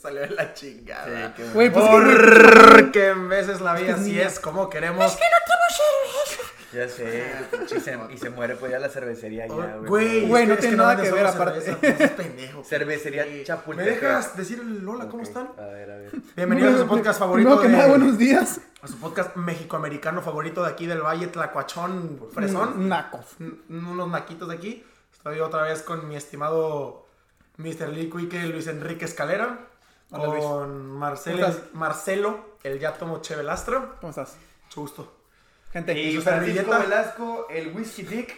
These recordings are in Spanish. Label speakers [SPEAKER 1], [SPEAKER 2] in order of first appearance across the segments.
[SPEAKER 1] salió de la chingada.
[SPEAKER 2] qué
[SPEAKER 3] Güey, pues,
[SPEAKER 1] Porque en veces la vida así es como queremos.
[SPEAKER 2] Ya sé. Y se, y se muere por ir a la cervecería ya, güey.
[SPEAKER 1] Güey,
[SPEAKER 3] Ah, Güey, no
[SPEAKER 1] es
[SPEAKER 3] tiene
[SPEAKER 1] no
[SPEAKER 3] nada
[SPEAKER 1] venden
[SPEAKER 3] que ver
[SPEAKER 1] solo
[SPEAKER 3] aparte.
[SPEAKER 1] cerveza, no seas pendejo.
[SPEAKER 2] Cervecería
[SPEAKER 1] Sí. ¿Me
[SPEAKER 2] Chapultepec.
[SPEAKER 1] dejas decir el hola, cómo
[SPEAKER 2] Ok,
[SPEAKER 1] están?
[SPEAKER 2] A ver, a ver.
[SPEAKER 1] Bienvenidos a su podcast favorito.
[SPEAKER 3] No, que
[SPEAKER 1] de-
[SPEAKER 3] nada, buenos días.
[SPEAKER 1] A su podcast mexicoamericano favorito de aquí del Valle Tlacuachón, Fresón.
[SPEAKER 3] Un Nacos.
[SPEAKER 1] N- Unos naquitos de aquí. Estoy otra vez con mi estimado Mr. Lee Quique Luis Enrique Escalera.
[SPEAKER 3] Hola, Luis.
[SPEAKER 1] con Marcelo,
[SPEAKER 3] ¿Cómo estás?
[SPEAKER 1] Marcelo, el gato Moche Velastra.
[SPEAKER 3] ¿Cómo estás?
[SPEAKER 1] Mucho gusto.
[SPEAKER 3] Gente,
[SPEAKER 1] Y
[SPEAKER 4] Y
[SPEAKER 1] su
[SPEAKER 4] Francisco
[SPEAKER 1] servilleta.
[SPEAKER 4] Velasco, el Whisky Dick,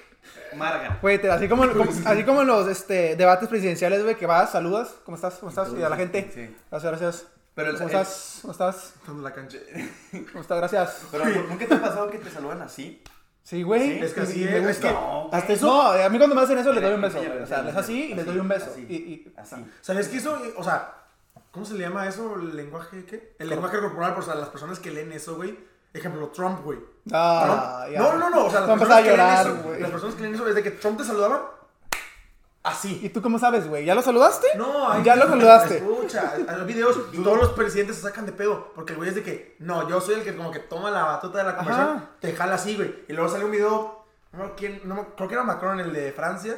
[SPEAKER 4] Marga.
[SPEAKER 3] Güey, te- así como, como- así como en los este, debates presidenciales, güey, que vas, saludas, ¿cómo estás? ¿Cómo estás? Y a la gente.
[SPEAKER 4] Sí.
[SPEAKER 3] Gracias, gracias.
[SPEAKER 4] Pero el-
[SPEAKER 3] ¿Cómo
[SPEAKER 4] el-
[SPEAKER 3] estás? ¿Cómo estás?
[SPEAKER 1] Estamos en la cancha.
[SPEAKER 3] ¿Cómo estás? Gracias.
[SPEAKER 4] Pero ¿nunca te ha pasado que te saludan así?
[SPEAKER 3] Sí, güey.
[SPEAKER 1] Es que así
[SPEAKER 3] Y- y me
[SPEAKER 1] es,
[SPEAKER 3] gusta.
[SPEAKER 4] no,
[SPEAKER 3] Hasta eso. No, a mí cuando me hacen eso les doy un
[SPEAKER 4] Mira,
[SPEAKER 3] beso.
[SPEAKER 4] mira,
[SPEAKER 3] güey.
[SPEAKER 4] mira,
[SPEAKER 3] O sea,
[SPEAKER 4] mira,
[SPEAKER 3] les así y les
[SPEAKER 4] así,
[SPEAKER 3] doy un beso.
[SPEAKER 4] así.
[SPEAKER 3] Y, y-
[SPEAKER 4] Así.
[SPEAKER 1] ¿Sabes qué eso? O sea, ¿cómo se le llama eso? ¿El lenguaje qué? El lenguaje corporal, pues a las personas que leen eso, güey. Ejemplo, Trump, güey.
[SPEAKER 3] Ah,
[SPEAKER 1] Trump-
[SPEAKER 3] ya.
[SPEAKER 1] No, no, no. O sea, las
[SPEAKER 3] Trump
[SPEAKER 1] personas,
[SPEAKER 3] empezó a llorar,
[SPEAKER 1] que leen eso,
[SPEAKER 3] güey.
[SPEAKER 1] las personas que leen eso es de que Trump te saludaba así.
[SPEAKER 3] ¿Y tú cómo sabes, güey? ¿Ya lo saludaste?
[SPEAKER 1] No, ahí-
[SPEAKER 3] Ya lo saludaste.
[SPEAKER 1] Escucha, a los videos y todos los presidentes se sacan de pedo. Porque el güey es de que, no, yo soy el que como que toma la batuta de la conversación,
[SPEAKER 3] Ajá.
[SPEAKER 1] te jala así, güey. Y luego sale un video, no, me acuerdo quién, no me- creo que era Macron, el de Francia.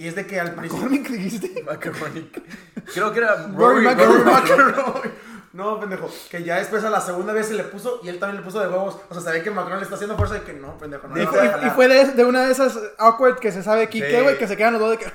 [SPEAKER 1] Y es de que al
[SPEAKER 3] ¿Cómo
[SPEAKER 1] principio.
[SPEAKER 3] me creíste?
[SPEAKER 2] Macaroni. Ah, Creo que era
[SPEAKER 3] Rory
[SPEAKER 2] Rory
[SPEAKER 3] Macaroni.
[SPEAKER 2] Macaroni.
[SPEAKER 1] Macron. No, pendejo. Que ya después a la segunda vez se le puso y él también le puso de huevos. O sea, sabía que Macron le está haciendo fuerza y que no, pendejo. No,
[SPEAKER 3] Y,
[SPEAKER 1] le voy
[SPEAKER 3] fue-
[SPEAKER 1] a
[SPEAKER 3] y-
[SPEAKER 1] jalar.
[SPEAKER 3] y fue de, de una de esas awkward que se sabe aquí,
[SPEAKER 2] Sí.
[SPEAKER 3] que, güey, que se quedan los dos de que.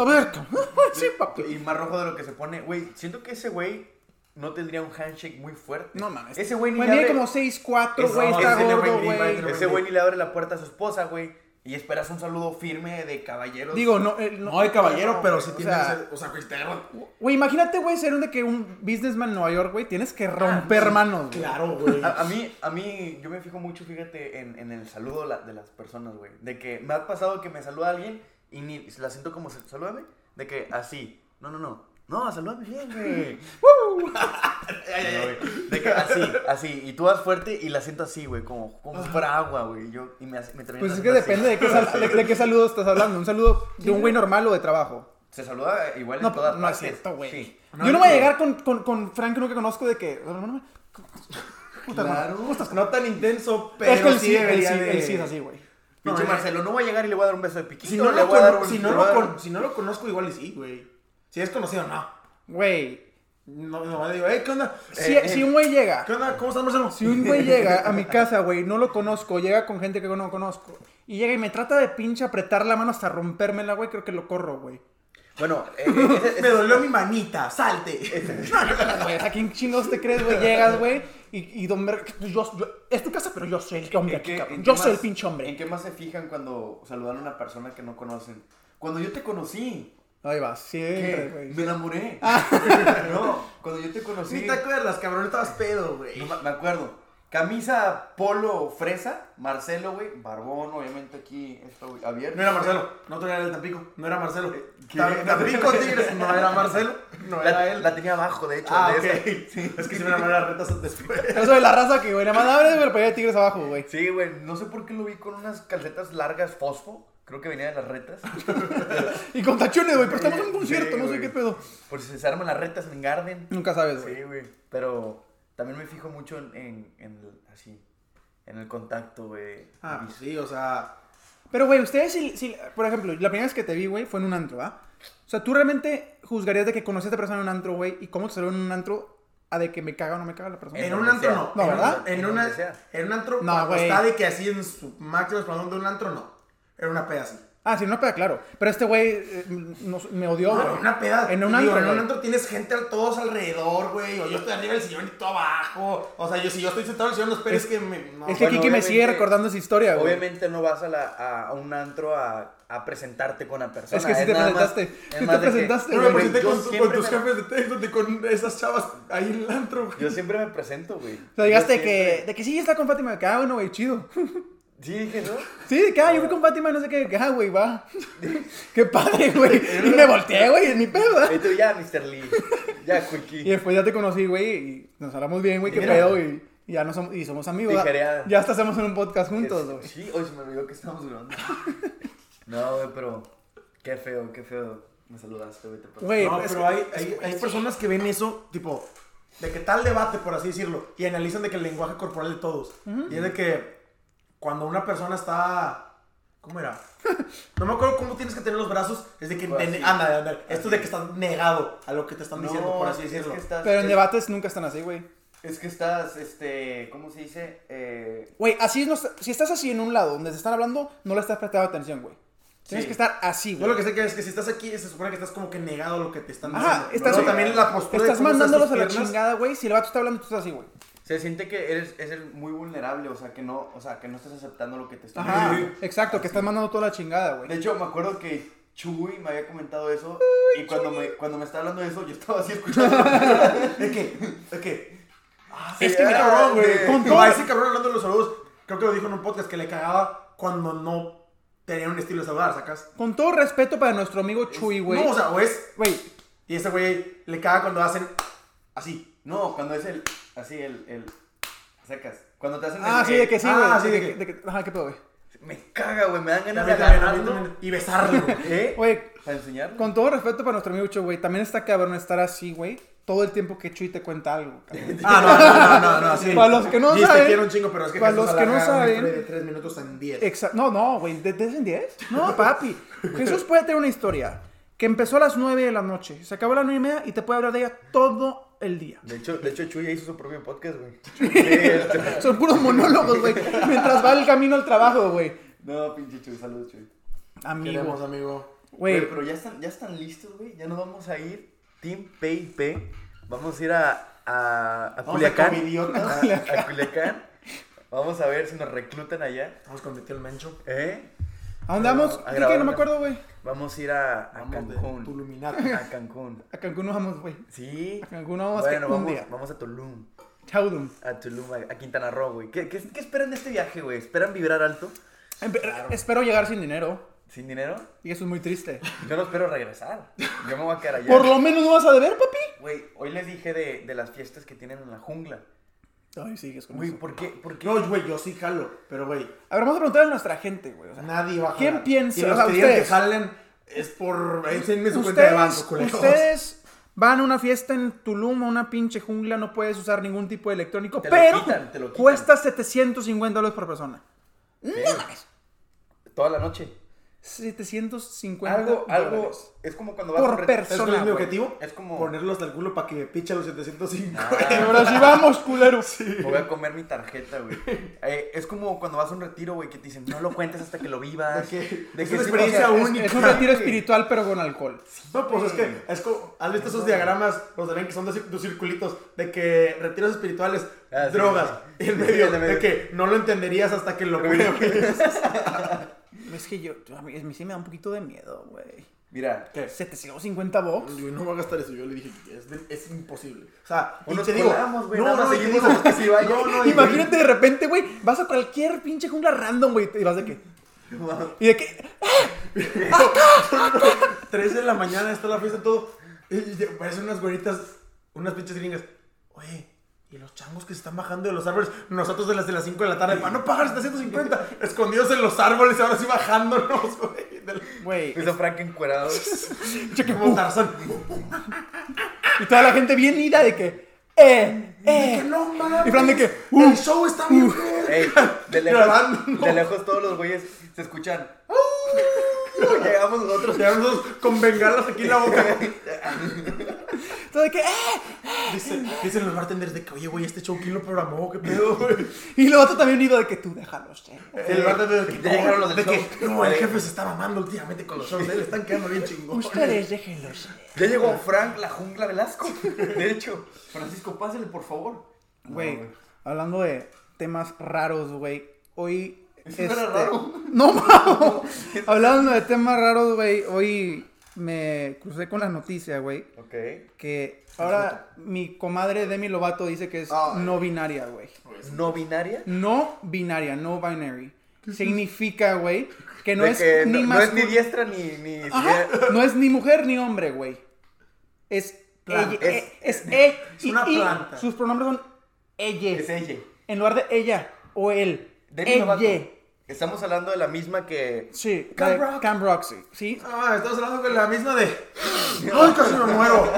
[SPEAKER 3] a ver, sí, papi.
[SPEAKER 2] Y más rojo de lo que se pone. Güey, siento que ese güey no tendría un handshake muy fuerte.
[SPEAKER 3] No mames.
[SPEAKER 2] Ese güey ni
[SPEAKER 3] Güey,
[SPEAKER 2] le
[SPEAKER 3] mide
[SPEAKER 2] abre-
[SPEAKER 3] como 6'4,
[SPEAKER 2] Ese
[SPEAKER 3] güey,
[SPEAKER 2] no,
[SPEAKER 3] está
[SPEAKER 2] ese le
[SPEAKER 3] gordo,
[SPEAKER 1] güey, ni
[SPEAKER 3] güey.
[SPEAKER 1] madre.
[SPEAKER 2] Ese güey ni le abre la puerta a su esposa, güey. Y esperas un saludo firme de caballeros.
[SPEAKER 3] Digo, no. eh,
[SPEAKER 1] No de caballero, pero sí
[SPEAKER 3] o
[SPEAKER 1] tiene.
[SPEAKER 3] sea,
[SPEAKER 1] ese- O sea, pues, güey, te agarra-
[SPEAKER 3] Güey, imagínate, güey, ser un de que un businessman en Nueva York, güey, tienes que romper manos, güey.
[SPEAKER 1] Claro, güey.
[SPEAKER 2] A, a mí, a mí, yo me fijo mucho, fíjate, en, en el saludo la- de las personas, güey. De que me ha pasado que me saluda alguien y ni la siento como, se- salúdame, de que así. No, no, no. No, salúdame bien, güey. Ay, ay, ay. De que así, así. Y tú vas fuerte y la siento así, güey, como, como si fuera agua, güey. Yo, y me, hace- me termina
[SPEAKER 3] Pues es que
[SPEAKER 2] haciendo así.
[SPEAKER 3] depende de qué, sal- de- de qué saludo estás hablando. ¿Un saludo de un güey normal o de trabajo?
[SPEAKER 2] Se saluda igual
[SPEAKER 3] No,
[SPEAKER 2] en todas
[SPEAKER 3] no es
[SPEAKER 2] partes.
[SPEAKER 3] cierto, güey.
[SPEAKER 2] Sí.
[SPEAKER 3] Yo no voy a llegar con, con, con Frank, que nunca conozco, de que. Puta, hermano.
[SPEAKER 1] Claro. No tan intenso, pero
[SPEAKER 3] Es que el
[SPEAKER 1] sí
[SPEAKER 3] sí, el
[SPEAKER 1] debería
[SPEAKER 3] sí,
[SPEAKER 1] de-
[SPEAKER 3] el sí es así, güey.
[SPEAKER 2] Pinche
[SPEAKER 1] No, eh.
[SPEAKER 2] Marcelo, no voy a llegar y le voy a dar un beso de piquito.
[SPEAKER 1] Si no,
[SPEAKER 2] le
[SPEAKER 1] lo
[SPEAKER 2] voy a dar
[SPEAKER 1] con-
[SPEAKER 2] un-
[SPEAKER 1] si,
[SPEAKER 2] le
[SPEAKER 1] no
[SPEAKER 2] voy a
[SPEAKER 1] lo
[SPEAKER 2] dar un-
[SPEAKER 1] con- si no lo conozco, igual y sí, güey. Si es conocido, no.
[SPEAKER 3] Güey.
[SPEAKER 1] No, no, digo, "Ey, ¿qué onda?
[SPEAKER 3] Si,
[SPEAKER 2] Eh,
[SPEAKER 3] si un güey llega,
[SPEAKER 1] ¿Qué onda? ¿Cómo estás, Marcelo?
[SPEAKER 3] si un güey llega a mi casa, güey, no lo conozco, llega con gente que no conozco, y llega y me trata de pinche apretar la mano hasta rompérmela, güey, creo que lo corro, güey.
[SPEAKER 2] Bueno, eh, eh, ese-
[SPEAKER 1] Me dolió mi manita, salte.
[SPEAKER 3] Güey, ¿A quién chingados te crees, güey? Llegas, güey, y, y don Mer- pues yo, yo- es tu casa, pero yo soy el hombre
[SPEAKER 2] ¿En
[SPEAKER 3] aquí,
[SPEAKER 2] qué-
[SPEAKER 3] cabrón.
[SPEAKER 2] en
[SPEAKER 3] Yo
[SPEAKER 2] qué
[SPEAKER 3] soy el
[SPEAKER 2] más-
[SPEAKER 3] pinche
[SPEAKER 2] ¿En
[SPEAKER 3] hombre.
[SPEAKER 2] qué más se fijan cuando saludan a una persona que no conocen? Cuando yo te conocí,
[SPEAKER 3] Ahí va, siempre,
[SPEAKER 2] ¿qué?
[SPEAKER 3] güey.
[SPEAKER 2] me enamoré. no, cuando yo te conocí,
[SPEAKER 1] Ah. Ni te acuerdas, cabrón, estabas pedo, güey.
[SPEAKER 2] no me- me acuerdo. Camisa polo fresa, Marcelo, güey, barbón, obviamente aquí esto güey, abierto.
[SPEAKER 1] No era Marcelo, no tú eras el Tampico, no era Marcelo.
[SPEAKER 3] Eh,
[SPEAKER 2] ¿qué?
[SPEAKER 1] Ta- Tampico Tigres, no era Marcelo, no era
[SPEAKER 2] la,
[SPEAKER 1] él.
[SPEAKER 2] la tenía abajo, de hecho.
[SPEAKER 1] Ah,
[SPEAKER 2] de
[SPEAKER 1] ok.
[SPEAKER 2] esa.
[SPEAKER 1] Es que si me la las retas después.
[SPEAKER 3] Yo soy la raza que, güey, nada más abre, güey, para allá tigres abajo, güey.
[SPEAKER 2] Sí, güey, no sé por qué lo vi con unas calcetas largas fosfo. Creo que venía de las retas.
[SPEAKER 3] Y con tachones, güey, pero estamos en un
[SPEAKER 2] Sí,
[SPEAKER 3] concierto, no sé
[SPEAKER 2] güey.
[SPEAKER 3] qué pedo.
[SPEAKER 2] Por si se arman las retas en Garden.
[SPEAKER 3] Nunca sabes, pues, güey.
[SPEAKER 2] Sí, güey. Pero también me fijo mucho en, en, en el- así, en el contacto, güey.
[SPEAKER 1] Ah, pues sí, o sea.
[SPEAKER 3] Pero, güey, ustedes, si, si- por ejemplo, la primera vez que te vi, güey, fue en un antro, ¿ah? O sea, ¿tú realmente juzgarías de que conocí a esta persona en un antro, güey? ¿Y cómo te salió en un antro a de que me caga o no me caga la persona?
[SPEAKER 2] En
[SPEAKER 1] En un
[SPEAKER 2] donde
[SPEAKER 1] antro
[SPEAKER 2] sea.
[SPEAKER 1] no.
[SPEAKER 3] No,
[SPEAKER 1] En un-
[SPEAKER 3] ¿verdad?
[SPEAKER 1] En,
[SPEAKER 2] En
[SPEAKER 1] una,
[SPEAKER 2] donde sea.
[SPEAKER 1] en un antro,
[SPEAKER 3] No,
[SPEAKER 1] cuando
[SPEAKER 3] güey.
[SPEAKER 1] está de que así en su máximo expansión de un antro, no. Era una peda así.
[SPEAKER 3] Ah, sí, no peda, claro. Pero este güey eh, nos- me
[SPEAKER 1] No,
[SPEAKER 3] odió, güey.
[SPEAKER 1] en Ah, una peda.
[SPEAKER 3] En un
[SPEAKER 1] digo,
[SPEAKER 3] antro,
[SPEAKER 1] en un
[SPEAKER 3] güey.
[SPEAKER 1] antro tienes gente a todos alrededor, güey. O yo estoy arriba del sillón y tú abajo. O sea, yo si yo estoy sentado en el sillón, no esperes que me. no.
[SPEAKER 3] Es que
[SPEAKER 2] Bueno,
[SPEAKER 3] Kiki me sigue
[SPEAKER 2] obviamente-
[SPEAKER 3] recordando esa historia, güey.
[SPEAKER 2] Obviamente no vas a, la, a, a un antro a, a presentarte con la persona.
[SPEAKER 3] Es que sí te
[SPEAKER 2] nada más-
[SPEAKER 3] presentaste.
[SPEAKER 2] es
[SPEAKER 3] Sí te
[SPEAKER 2] más de que-
[SPEAKER 3] presentaste,
[SPEAKER 1] Yo me
[SPEAKER 3] güey,
[SPEAKER 1] presenté
[SPEAKER 2] yo
[SPEAKER 1] con, tu- con
[SPEAKER 2] siempre
[SPEAKER 1] tus
[SPEAKER 2] me-
[SPEAKER 1] jefes de texto y con esas chavas ahí en el antro, güey.
[SPEAKER 2] Yo siempre me presento, güey.
[SPEAKER 3] O sea, llegaste
[SPEAKER 2] Yo
[SPEAKER 3] de que,
[SPEAKER 2] siempre-
[SPEAKER 3] de que sí, está con Fátima, de que, ah, bueno, güey, chido.
[SPEAKER 2] Sí, dije, ¿no?
[SPEAKER 3] Sí, de que, ah, yo fui con Fátima, no sé qué, de que, ah, güey, va. qué padre, güey. Y me volteé, güey, en mi pedo, ¿verdad?
[SPEAKER 2] Y tú, ya, Mr. Lee. Ya, Quickie.
[SPEAKER 3] Y después ya te conocí, güey, y nos hablamos bien, güey, qué
[SPEAKER 2] Mira.
[SPEAKER 3] pedo, y y ya no somos, y somos amigos. ¿verdad?
[SPEAKER 2] Tijereada.
[SPEAKER 3] Ya hasta hacemos un podcast juntos, güey.
[SPEAKER 2] Sí, hoy se me olvidó que estamos grabando. no, güey, pero qué feo, qué feo. Me saludaste, güey. te pasas.
[SPEAKER 3] Güey,
[SPEAKER 1] no,
[SPEAKER 3] es
[SPEAKER 1] pero
[SPEAKER 3] que-
[SPEAKER 1] hay, hay, hay personas que ven eso, tipo, de que tal debate, por así decirlo, y analizan de que el lenguaje corporal de todos. Y es de que cuando una persona está. ¿Cómo era? No me acuerdo cómo tienes que tener los brazos. Es de que.
[SPEAKER 2] Pues
[SPEAKER 1] ne-
[SPEAKER 2] así.
[SPEAKER 1] anda, anda, anda. Esto es de
[SPEAKER 2] Así.
[SPEAKER 1] que estás negado a lo que te están diciendo, por así
[SPEAKER 2] es que
[SPEAKER 1] decirlo.
[SPEAKER 2] estás-
[SPEAKER 3] Pero en
[SPEAKER 2] es-
[SPEAKER 3] debates nunca están así, güey.
[SPEAKER 2] Es que estás, este, ¿cómo se dice? Eh,
[SPEAKER 3] Güey, así es nuestra- Si estás así en un lado donde se están hablando, no le estás prestando atención, güey. Tienes
[SPEAKER 2] Sí.
[SPEAKER 3] que estar así,
[SPEAKER 1] Yo lo
[SPEAKER 3] güey.
[SPEAKER 1] que sé que es que si estás aquí, se supone que estás como que negado a lo que te están diciendo.
[SPEAKER 3] Ajá, estás-
[SPEAKER 1] Luego también la postura. de
[SPEAKER 3] Estás
[SPEAKER 1] cómo están sus
[SPEAKER 3] mandándolos a la
[SPEAKER 1] piernas.
[SPEAKER 3] chingada, güey. Si el vato está hablando, tú estás así, güey.
[SPEAKER 2] se siente que eres, eres muy vulnerable, o sea, que no, o sea, que no estás aceptando lo que te están
[SPEAKER 3] Ajá,
[SPEAKER 2] diciendo.
[SPEAKER 3] exacto, que estás mandando toda la chingada,
[SPEAKER 2] De
[SPEAKER 3] güey.
[SPEAKER 2] hecho, me acuerdo que Chuy me había comentado eso, y cuando me, cuando me estaba hablando de eso, yo estaba así escuchando.
[SPEAKER 1] Es que, es que.
[SPEAKER 3] Es que me
[SPEAKER 1] Ese
[SPEAKER 3] cabrón,
[SPEAKER 1] cabrón,
[SPEAKER 3] güey. Con
[SPEAKER 1] güey.
[SPEAKER 3] todo.
[SPEAKER 1] No, ese cabrón hablando de los saludos, creo que lo dijo en un podcast que le cagaba cuando no tenía un estilo de saludar, ¿sacas?
[SPEAKER 3] Con todo respeto para nuestro amigo Chuy, güey.
[SPEAKER 1] No, o sea, o es.
[SPEAKER 3] Güey,
[SPEAKER 1] Y ese güey le caga cuando hacen así.
[SPEAKER 2] No, cuando es el, así, el, el, sacas. Cuando te hacen el,
[SPEAKER 3] ah, sí,
[SPEAKER 2] eh,
[SPEAKER 3] de que sí,
[SPEAKER 1] ah,
[SPEAKER 3] güey.
[SPEAKER 1] sí,
[SPEAKER 3] de
[SPEAKER 1] de
[SPEAKER 3] que- de que- Ajá, qué pedo, güey.
[SPEAKER 2] Me caga, güey, me dan
[SPEAKER 1] A
[SPEAKER 2] ganas
[SPEAKER 1] mí
[SPEAKER 2] de
[SPEAKER 1] también, a mí
[SPEAKER 2] agarrarlo.
[SPEAKER 1] también. Y besarlo.
[SPEAKER 2] ¿Eh?
[SPEAKER 3] Güey,
[SPEAKER 2] Para enseñarlo.
[SPEAKER 3] con todo respeto para nuestro amigo Chuy, güey, también está cabrón estar así, güey, todo el tiempo que Chuy te cuenta algo, cabrón.
[SPEAKER 1] Ah, no, no, no, no, no, sí.
[SPEAKER 3] Para los que no
[SPEAKER 1] Y este
[SPEAKER 3] saben-
[SPEAKER 1] quiere un chingo, pero es que
[SPEAKER 3] para
[SPEAKER 1] Jesús
[SPEAKER 3] los que no
[SPEAKER 1] alarga una
[SPEAKER 3] saben-
[SPEAKER 1] historia de tres minutos en 10.
[SPEAKER 3] Exa- no, no, güey, ¿de 10 en 10? No, papi. Jesús puede tener una historia que empezó a las 9 de la noche, se acabó a las 9 y media y te puede hablar de ella todo el día.
[SPEAKER 2] De hecho, de hecho, Chuy ya hizo su propio podcast, güey. Neta.
[SPEAKER 3] Son puros monólogos, güey, mientras va el camino al trabajo, güey.
[SPEAKER 2] no, pinche Chuy, saludos, Chuy.
[SPEAKER 1] Queremos,
[SPEAKER 3] Amigo.
[SPEAKER 1] amigo.
[SPEAKER 3] Güey,
[SPEAKER 2] Güey, pero ya están, ya están listos, güey. Ya nos vamos a ir. Team PIP. Vamos a ir a, a, a
[SPEAKER 1] Vamos a
[SPEAKER 2] Culiacán.
[SPEAKER 1] comidiotas.
[SPEAKER 2] A, a Culiacán. Vamos a ver si nos reclutan allá.
[SPEAKER 1] Vamos con mi tío el Mencho.
[SPEAKER 2] ¿Eh?
[SPEAKER 3] ¿a dónde vamos?
[SPEAKER 2] a
[SPEAKER 3] Di que
[SPEAKER 2] grabar
[SPEAKER 3] no me
[SPEAKER 2] una-
[SPEAKER 3] acuerdo, güey.
[SPEAKER 2] Vamos a ir a, a
[SPEAKER 1] Vamos de
[SPEAKER 2] Cancún.
[SPEAKER 1] Tuluminato.
[SPEAKER 2] A Cancún.
[SPEAKER 3] A Cancún nos vamos, güey.
[SPEAKER 2] Sí.
[SPEAKER 3] A Cancún nos vamos
[SPEAKER 2] bueno,
[SPEAKER 3] que un
[SPEAKER 2] vamos,
[SPEAKER 3] día.
[SPEAKER 2] vamos a Tulum.
[SPEAKER 3] Chaudum.
[SPEAKER 2] A Tulum, a, a Quintana Roo, güey. ¿Qué, qué, qué esperan de este viaje, güey? ¿Esperan vibrar alto?
[SPEAKER 3] Empe- Espero llegar sin dinero.
[SPEAKER 2] ¿Sin dinero?
[SPEAKER 3] Y eso es muy triste.
[SPEAKER 2] Yo no espero regresar. Yo me voy a quedar allá.
[SPEAKER 3] Por lo menos no vas a deber, papi.
[SPEAKER 2] Güey, hoy les dije de, de las fiestas que tienen en la jungla.
[SPEAKER 3] Ay, sigues con
[SPEAKER 2] Güey,
[SPEAKER 3] eso.
[SPEAKER 2] ¿por qué? ¿Por qué?
[SPEAKER 1] No, güey, yo sí jalo. Pero, güey,
[SPEAKER 3] A ver, vamos a preguntarle a nuestra gente, güey. O sea,
[SPEAKER 1] nadie va a
[SPEAKER 3] ¿Quién
[SPEAKER 1] jalar.
[SPEAKER 3] piensa?
[SPEAKER 1] Y
[SPEAKER 3] O
[SPEAKER 1] los
[SPEAKER 3] sea,
[SPEAKER 1] que digan que
[SPEAKER 3] ustedes.
[SPEAKER 1] salen es por... Es en su cuenta de banco,
[SPEAKER 3] ustedes,
[SPEAKER 1] culeros.
[SPEAKER 3] ustedes van a una fiesta en Tulum, a una pinche jungla, no puedes usar ningún tipo de electrónico,
[SPEAKER 2] Te lo
[SPEAKER 3] pero
[SPEAKER 2] quitan, te lo quitan.
[SPEAKER 3] cuesta 750 dólares por persona.
[SPEAKER 2] ¿Qué? Toda la noche.
[SPEAKER 3] 750
[SPEAKER 2] Algo, algo.
[SPEAKER 3] dólares.
[SPEAKER 2] Es como cuando vas
[SPEAKER 3] Por
[SPEAKER 2] a un re-
[SPEAKER 3] persona.
[SPEAKER 1] ¿Sabes cuál es mi
[SPEAKER 3] güey.
[SPEAKER 1] objetivo?
[SPEAKER 2] Es como- Ah,
[SPEAKER 1] Ponerlo hasta el culo para que piche los 705.
[SPEAKER 3] Ahora sí vamos, culero.
[SPEAKER 2] Me voy a comer mi tarjeta, güey. Eh, es como cuando vas a un retiro, güey, que te dicen, no lo cuentes hasta que lo vivas.
[SPEAKER 1] De que- es
[SPEAKER 2] sí,
[SPEAKER 1] una experiencia
[SPEAKER 2] o sea, es-
[SPEAKER 1] única.
[SPEAKER 3] Es un retiro espiritual, pero con alcohol.
[SPEAKER 1] No, pues es que, es como, ¿has visto esos diagramas, los de ven que son dos, cir- dos circulitos, de que retiros espirituales,
[SPEAKER 2] Ah, sí,
[SPEAKER 1] drogas,
[SPEAKER 2] sí.
[SPEAKER 1] y en
[SPEAKER 2] Sí,
[SPEAKER 1] medio,
[SPEAKER 2] el de medio.
[SPEAKER 1] de que no lo entenderías hasta que lo pruebes?
[SPEAKER 3] Es que yo, yo- a mí a mí sí me da un poquito de miedo, güey.
[SPEAKER 2] Mira,
[SPEAKER 1] ¿Qué?
[SPEAKER 3] 750 box.
[SPEAKER 1] Yo no voy a gastar eso, yo le dije, es, de- es imposible. O sea,
[SPEAKER 2] O
[SPEAKER 1] y
[SPEAKER 2] nos
[SPEAKER 1] te digo,
[SPEAKER 2] colamos, güey,
[SPEAKER 1] no,
[SPEAKER 2] nada
[SPEAKER 1] no,
[SPEAKER 2] más
[SPEAKER 1] y te
[SPEAKER 2] seguimos
[SPEAKER 1] digo,
[SPEAKER 2] a los que sí vayan.
[SPEAKER 1] no, no, y-
[SPEAKER 3] Imagínate de repente, güey, vas a cualquier pinche jungla random, güey, y vas de qué. Y de qué.
[SPEAKER 1] Tres de la mañana está la fiesta todo. Y y aparecen unas güeritas, unas pinches gringas. Oye, y los changos que se están bajando de los árboles. Nosotros de las de las 5 de la tarde, para no pagar 750, escondidos en los árboles, ahora sí bajándonos, güey. del-
[SPEAKER 3] Güey.
[SPEAKER 2] hizo Frank encuerado.
[SPEAKER 1] Cheque como Tarzán.
[SPEAKER 3] Y toda la gente bien ida de que. Eh,
[SPEAKER 1] De que
[SPEAKER 3] eh.
[SPEAKER 1] no mames.
[SPEAKER 3] Y Fran de que,
[SPEAKER 1] el show está bien. verga".
[SPEAKER 2] Ey, de lejos,
[SPEAKER 1] Llorando.
[SPEAKER 2] de lejos todos los güeyes se escuchan.
[SPEAKER 3] ¡Uh!
[SPEAKER 2] Llegamos nosotros.
[SPEAKER 1] Llegaron dos con bengalas aquí en la boca.
[SPEAKER 3] Todo de que. Eh.
[SPEAKER 1] Dice- dicen los bartenders de que, oye, güey, este show, ¿quién lo programó? ¿Qué pedo, güey?
[SPEAKER 3] Y lo otro también ido de que tú déjalos, eh.
[SPEAKER 1] El bartender de que,
[SPEAKER 2] Ya llegaron los
[SPEAKER 1] no,
[SPEAKER 2] del
[SPEAKER 1] de
[SPEAKER 2] show.
[SPEAKER 1] que, no, el jefe se está mamando últimamente con los shows. eh, Le están quedando bien chingones.
[SPEAKER 3] Ustedes déjenlos.
[SPEAKER 2] Ya llegó Frank, la jungla Velasco. De hecho,
[SPEAKER 4] Francisco, pásale, por favor.
[SPEAKER 3] Güey, hablando de temas raros, güey. Hoy. este,
[SPEAKER 2] era raro.
[SPEAKER 3] No, mamo. Hablando de temas raros, güey. Hoy me crucé con la noticia, güey.
[SPEAKER 2] Ok.
[SPEAKER 3] Que ahora mi comadre Demi Lovato dice que es
[SPEAKER 2] Ay.
[SPEAKER 3] no binaria, güey.
[SPEAKER 2] ¿No binaria?
[SPEAKER 3] No binaria, no binary. Significa, güey, que no
[SPEAKER 2] De
[SPEAKER 3] es
[SPEAKER 2] que no,
[SPEAKER 3] ni
[SPEAKER 2] no
[SPEAKER 3] más
[SPEAKER 2] es ni diestra ni. ni
[SPEAKER 3] No es ni mujer ni hombre, güey. Es
[SPEAKER 1] Planta.
[SPEAKER 3] ella- eh, es, e-
[SPEAKER 1] Es una
[SPEAKER 3] y- y
[SPEAKER 1] planta.
[SPEAKER 3] sus pronombres son ella.
[SPEAKER 2] Es ella.
[SPEAKER 3] En lugar de ella o él.
[SPEAKER 2] Demi
[SPEAKER 3] ella.
[SPEAKER 2] Lovato. Estamos hablando de la misma que.
[SPEAKER 3] Sí,
[SPEAKER 1] Cam
[SPEAKER 3] Cam,
[SPEAKER 1] Rock.
[SPEAKER 3] Cam Rock, sí. Sí,
[SPEAKER 1] Ah, estamos hablando de la misma de. ¡Ay, casi me muero!